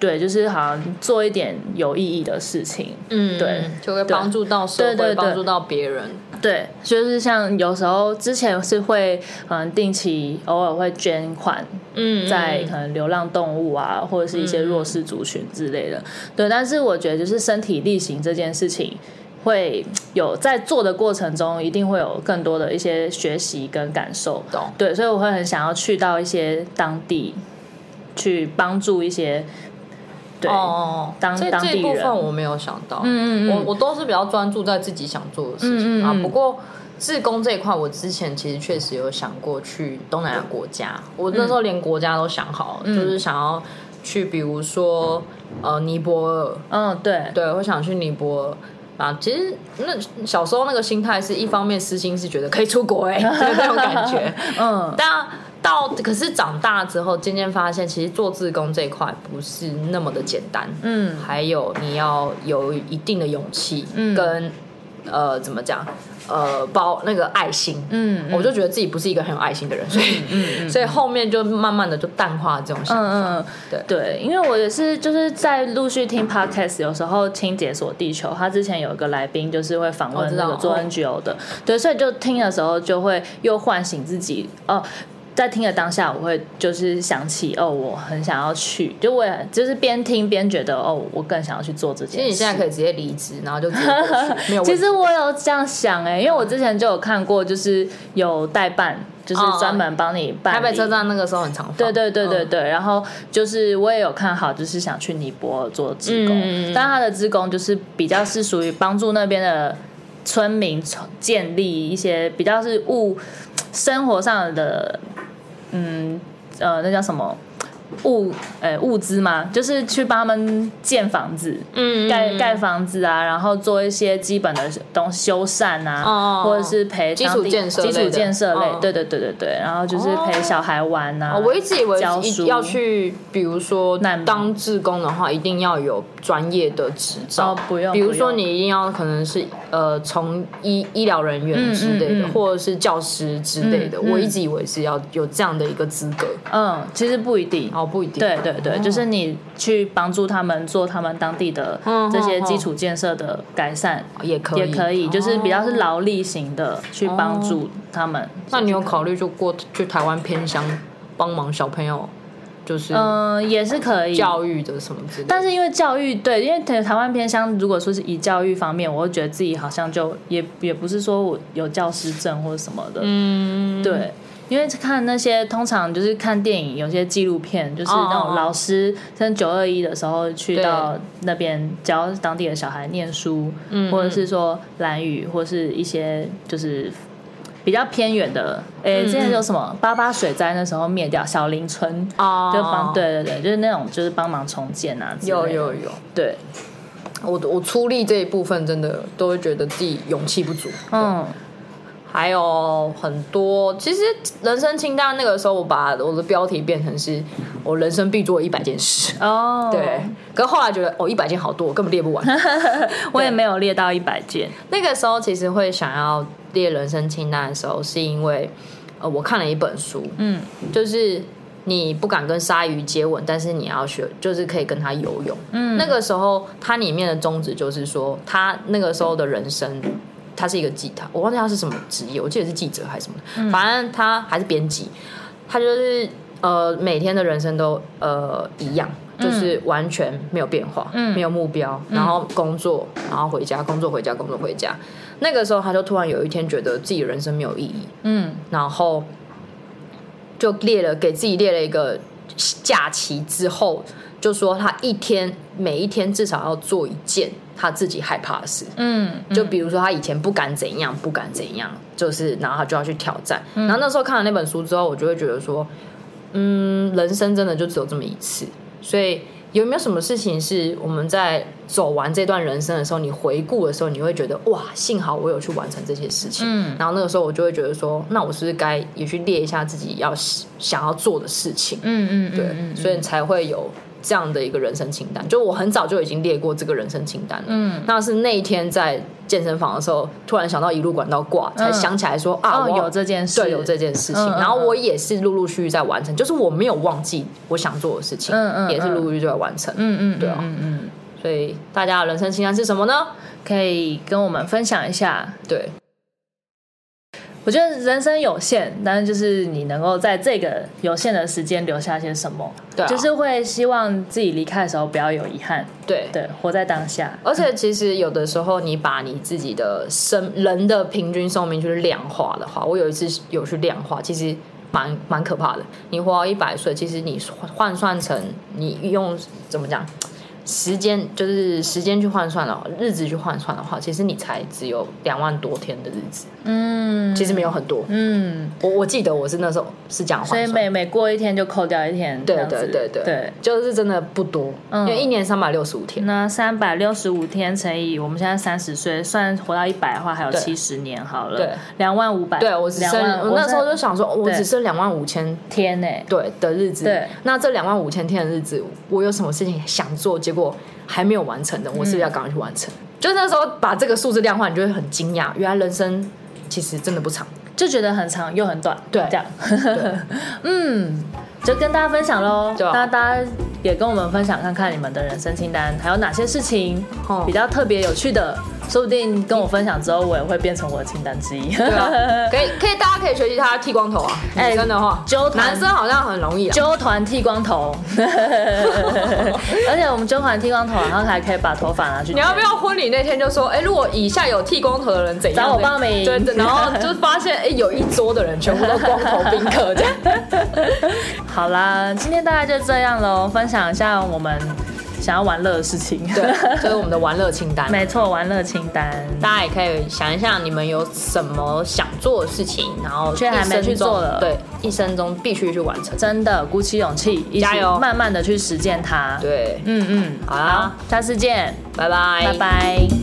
Speaker 2: 对，就是好像做一点有意义的事情。
Speaker 3: 嗯，
Speaker 2: 对
Speaker 3: 就会
Speaker 2: 对
Speaker 3: 帮助到社
Speaker 2: 对对
Speaker 3: 会，
Speaker 2: 对
Speaker 3: 帮助到别人，
Speaker 2: 对，就是像有时候之前是会，嗯，定期偶尔会捐款，
Speaker 3: 嗯
Speaker 2: 在可能流浪动物啊，或者是一些弱势族群之类的。对，但是我觉得就是身体力行这件事情，会有在做的过程中，一定会有更多的一些学习跟感受。
Speaker 3: 懂
Speaker 2: 对，所以我会很想要去到一些当地，去帮助一些对、
Speaker 3: 哦，
Speaker 2: 当
Speaker 3: 这
Speaker 2: 当
Speaker 3: 这一
Speaker 2: 地
Speaker 3: 部
Speaker 2: 人
Speaker 3: 分我没有想到，
Speaker 2: 嗯嗯嗯
Speaker 3: 我我都是比较专注在自己想做的事情、
Speaker 2: 嗯嗯嗯
Speaker 3: 啊。不过自工这一块，我之前其实确实有想过去东南亚国家，我那
Speaker 2: 嗯
Speaker 3: 时候连国家都想好了，就是想要去，比如说呃尼泊尔，
Speaker 2: 嗯，对，
Speaker 3: 对，我想去尼泊尔。啊，其实那小时候那个心态是一方面私心是觉得可以出国 哎、欸，就是那种感觉，
Speaker 2: 嗯，
Speaker 3: 但到可是长大之后，渐渐发现，其实做志工这一块不是那么的简单。
Speaker 2: 嗯，
Speaker 3: 还有你要有一定的勇气，
Speaker 2: 嗯
Speaker 3: 跟呃怎么讲，呃包那个爱心。
Speaker 2: 嗯，嗯
Speaker 3: 我就觉得自己不是一个很有爱心的人，所以、所以后面就慢慢的就淡化这种想法。
Speaker 2: 嗯嗯，
Speaker 3: 对
Speaker 2: 对，因为我也是就是在陆续听 podcast，有时候听《解锁地球》，他之前有一个来宾就是会访
Speaker 3: 我
Speaker 2: 问
Speaker 3: 知
Speaker 2: 那
Speaker 3: 道
Speaker 2: 个做
Speaker 3: 哦
Speaker 2: NGO 的，对，所以就听的时候就会又唤醒自己哦。在听的当下，我会就是想起哦，我很想要去，就我也就是边听边觉得哦，我更想要去做这件事。
Speaker 3: 其实你现在可以直接离职，然后就直接过 去，没有问题。
Speaker 2: 其实我有这样想哎、因为我之前就有看过，就是有代办，就是
Speaker 3: 哦
Speaker 2: 专门帮你办
Speaker 3: 台
Speaker 2: 理。
Speaker 3: 北车站那个时候很常放，
Speaker 2: 对对对对
Speaker 3: 嗯
Speaker 2: 对，然后就是我也有看好，就是想去尼泊尔做志工，
Speaker 3: 嗯嗯嗯
Speaker 2: 但他的志工就是比较是属于帮助那边的村民从建立一些比较是物生活上的，嗯呃，那叫什么物呃物资嘛，就是去帮他们建房子，
Speaker 3: 嗯，嗯
Speaker 2: 盖
Speaker 3: 嗯
Speaker 2: 盖房子啊，然后做一些基本的东修缮啊，
Speaker 3: 哦
Speaker 2: 或者是陪
Speaker 3: 基础
Speaker 2: 当地
Speaker 3: 建设类
Speaker 2: 基
Speaker 3: 的
Speaker 2: 础建设类，
Speaker 3: 哦
Speaker 2: 对对对对对，然后就是陪小孩玩啊。
Speaker 3: 哦我一直以为
Speaker 2: 教
Speaker 3: 一
Speaker 2: 书
Speaker 3: 要去，比如说
Speaker 2: 难民
Speaker 3: 当志工的话，一定要有专业的执照，
Speaker 2: 哦不用
Speaker 3: 比如说
Speaker 2: 不用
Speaker 3: 你一定要可能是呃，从医医疗人员之类
Speaker 2: 嗯
Speaker 3: 的，
Speaker 2: 嗯嗯
Speaker 3: 或者是教师之类的。
Speaker 2: 嗯嗯
Speaker 3: 我一直以为是要有这样的一个资格，
Speaker 2: 嗯，其实不一定。
Speaker 3: 哦，不一定。
Speaker 2: 对对对，
Speaker 3: 哦
Speaker 2: 就是你去帮助他们做他们当地的
Speaker 3: 嗯
Speaker 2: 这些
Speaker 3: 嗯
Speaker 2: 基础建设的改善，
Speaker 3: 也可以，
Speaker 2: 也可以，就是比较是
Speaker 3: 哦。
Speaker 2: 劳力型的去帮助他们。
Speaker 3: 那你有考虑就过去台湾偏乡帮忙小朋友，就是
Speaker 2: 嗯，也是可以。
Speaker 3: 哦教育的什么之类的？
Speaker 2: 但是因为教育，对，因为台台湾偏乡，如果说是以教育方面，我会觉得自己好像就也也不是说我有教师证或者什么的，
Speaker 3: 嗯，
Speaker 2: 对。因为看那些通常就是看电影，有些纪录片就是那
Speaker 3: 哦哦
Speaker 2: 种
Speaker 3: 哦
Speaker 2: 老师像九二一的时候去
Speaker 3: 对
Speaker 2: 到那边教当地的小孩念书，
Speaker 3: 嗯
Speaker 2: 或者是说蓝语，或是一些就是比较偏远的，
Speaker 3: 嗯
Speaker 2: 诶、之前有什么八八水灾那时候灭掉小林村，
Speaker 3: 哦，
Speaker 2: 就帮对对对，就是那种就是帮忙重建啊之类的，
Speaker 3: 有有有。
Speaker 2: 对，
Speaker 3: 我我出力这一部分真的都会觉得自己勇气不足，
Speaker 2: 嗯
Speaker 3: 还有很多。其实人生清单那个时候，我把我的标题变成是我人生必做一百件事。
Speaker 2: 哦，
Speaker 3: 对，，可是后来觉得哦，一百件好多，我根本列不完。
Speaker 2: 我也没有列到一百件，
Speaker 3: 那个时候其实会想要列人生清单的时候，是因为呃，我看了一本书，
Speaker 2: 嗯，
Speaker 3: 就是你不敢跟鲨鱼接吻，但是你要学，就是可以跟它游泳。嗯，那个时候它里面的宗旨就是说，他那个时候的人生。他是一个记他，我忘记他是什么职业，我记得是记者还是什么，反正他还是编辑，他就是呃每天的人生都呃一样，就是完全没有变化，没有目标，然后工作，然后回家，工作回家，工作回家。那个时候他就突然有一天觉得自己人生没有意义，
Speaker 2: 嗯
Speaker 3: 然后就列了给自己列了一个假期之后，就说他一天每一天至少要做一件他自己害怕的事。
Speaker 2: 嗯，
Speaker 3: 就比如说他以前不敢怎样，不敢怎样，就是然后他就要去挑战。然后那时候看了那本书之后，我就会觉得说，嗯，人生真的就只有这么一次，所以有没有什么事情是我们在走完这段人生的时候，你回顾的时候，你会觉得哇，幸好我有去完成这些事情。
Speaker 2: 嗯
Speaker 3: 然后那个时候我就会觉得说，那我是不是该也去列一下自己要想要做的事情？
Speaker 2: 嗯嗯
Speaker 3: 对，所以才会有这样的一个人生清单。就我很早就已经列过这个人生清单了，
Speaker 2: 嗯，
Speaker 3: 那是那一天在健身房的时候，突然想到一路管到挂，才想起来说、啊，
Speaker 2: 哦
Speaker 3: 我
Speaker 2: 有这件事，
Speaker 3: 对有这件事情，
Speaker 2: 嗯嗯嗯
Speaker 3: 然后我也是陆陆续续在完成，就是我没有忘记我想做的事情，
Speaker 2: 嗯嗯嗯
Speaker 3: 也是陆陆续续在完成。
Speaker 2: 嗯嗯
Speaker 3: 对啊
Speaker 2: 嗯嗯，
Speaker 3: 所以大家的人生清单是什么呢？
Speaker 2: 嗯可以跟我们分享一下。
Speaker 3: 对，
Speaker 2: 我觉得人生有限，但是就是你能够在这个有限的时间留下些什么，
Speaker 3: 对啊
Speaker 2: 就是会希望自己离开的时候不要有遗憾，
Speaker 3: 对
Speaker 2: 对，活在当下。
Speaker 3: 而且其实有的时候，你把你自己的生人的平均寿命去量化的话，我有一次有去量化，其实蛮蛮可怕的。你活到一百岁，其实你换换算成你用怎么讲时间，就是时间去换算的话，日子去换算的话，其实你才只有两万多天的日子，
Speaker 2: 嗯
Speaker 3: 其实没有很多。
Speaker 2: 嗯，
Speaker 3: 我我记得我是那时候是这样换
Speaker 2: 所以
Speaker 3: 算，
Speaker 2: 每每过一天就扣掉一天，
Speaker 3: 对
Speaker 2: 这样子
Speaker 3: 对对
Speaker 2: 对
Speaker 3: 对，就是真的不多，
Speaker 2: 嗯
Speaker 3: 因为一年三百六十五天。
Speaker 2: 那三百六十五天乘以我们现在三十岁，算活到一百的话，还有
Speaker 3: 对
Speaker 2: 七十年好了，
Speaker 3: 对，
Speaker 2: 两万五百，
Speaker 3: 对，我只
Speaker 2: 两
Speaker 3: 剩
Speaker 2: 万，
Speaker 3: 我那时候就
Speaker 2: 剩
Speaker 3: 想说，哦我
Speaker 2: 对
Speaker 3: 只剩两万五千
Speaker 2: 天呢、
Speaker 3: 对的日子，
Speaker 2: 对
Speaker 3: 那这两万五千天的日子，我有什么事情想做，结果还没有完成的，我是不是要
Speaker 2: 嗯
Speaker 3: 赶快去完成？就那时候把这个数字量化，你就会很惊讶，原来人生其实真的不长。
Speaker 2: 就觉得很长又很短，
Speaker 3: 对
Speaker 2: 这样， 嗯，就跟大家分享喽。
Speaker 3: 对啊
Speaker 2: 那大家也跟我们分享看看你们的人生清单，还有哪些事情
Speaker 3: 哦
Speaker 2: 比较特别有趣的，说不定跟我分享之后，我也会变成我的清单之一。
Speaker 3: 对啊，可以可以，大家可以学习他剃光头啊，
Speaker 2: 哎
Speaker 3: 女生的话
Speaker 2: 纠，团
Speaker 3: 男生好像很容易啊。
Speaker 2: 揪团剃 光头，而且我们揪团剃光头，然后还可以把头发拿去。
Speaker 3: 你要不要婚礼那天就说，哎、如果以下有剃光头的人怎样？
Speaker 2: 找我报名
Speaker 3: 对，对然 后就发现，哎、有一桌的人全部都光头宾客这样。
Speaker 2: 好啦，今天大概就这样喽，分享一下我们想要玩乐的事情。
Speaker 3: 对，就是我们的玩乐清单。
Speaker 2: 没错，玩乐清单。
Speaker 3: 大家也可以想一想，你们有什么想做的事情，然后
Speaker 2: 却还没去
Speaker 3: 一生中
Speaker 2: 做了嗯
Speaker 3: 对，一生中必须去完成。
Speaker 2: 真的鼓起勇气，一起
Speaker 3: 加油
Speaker 2: 慢慢的去实践它。
Speaker 3: 对，
Speaker 2: 嗯嗯，
Speaker 3: 好啦，
Speaker 2: 下次见，
Speaker 3: 拜拜，
Speaker 2: 拜拜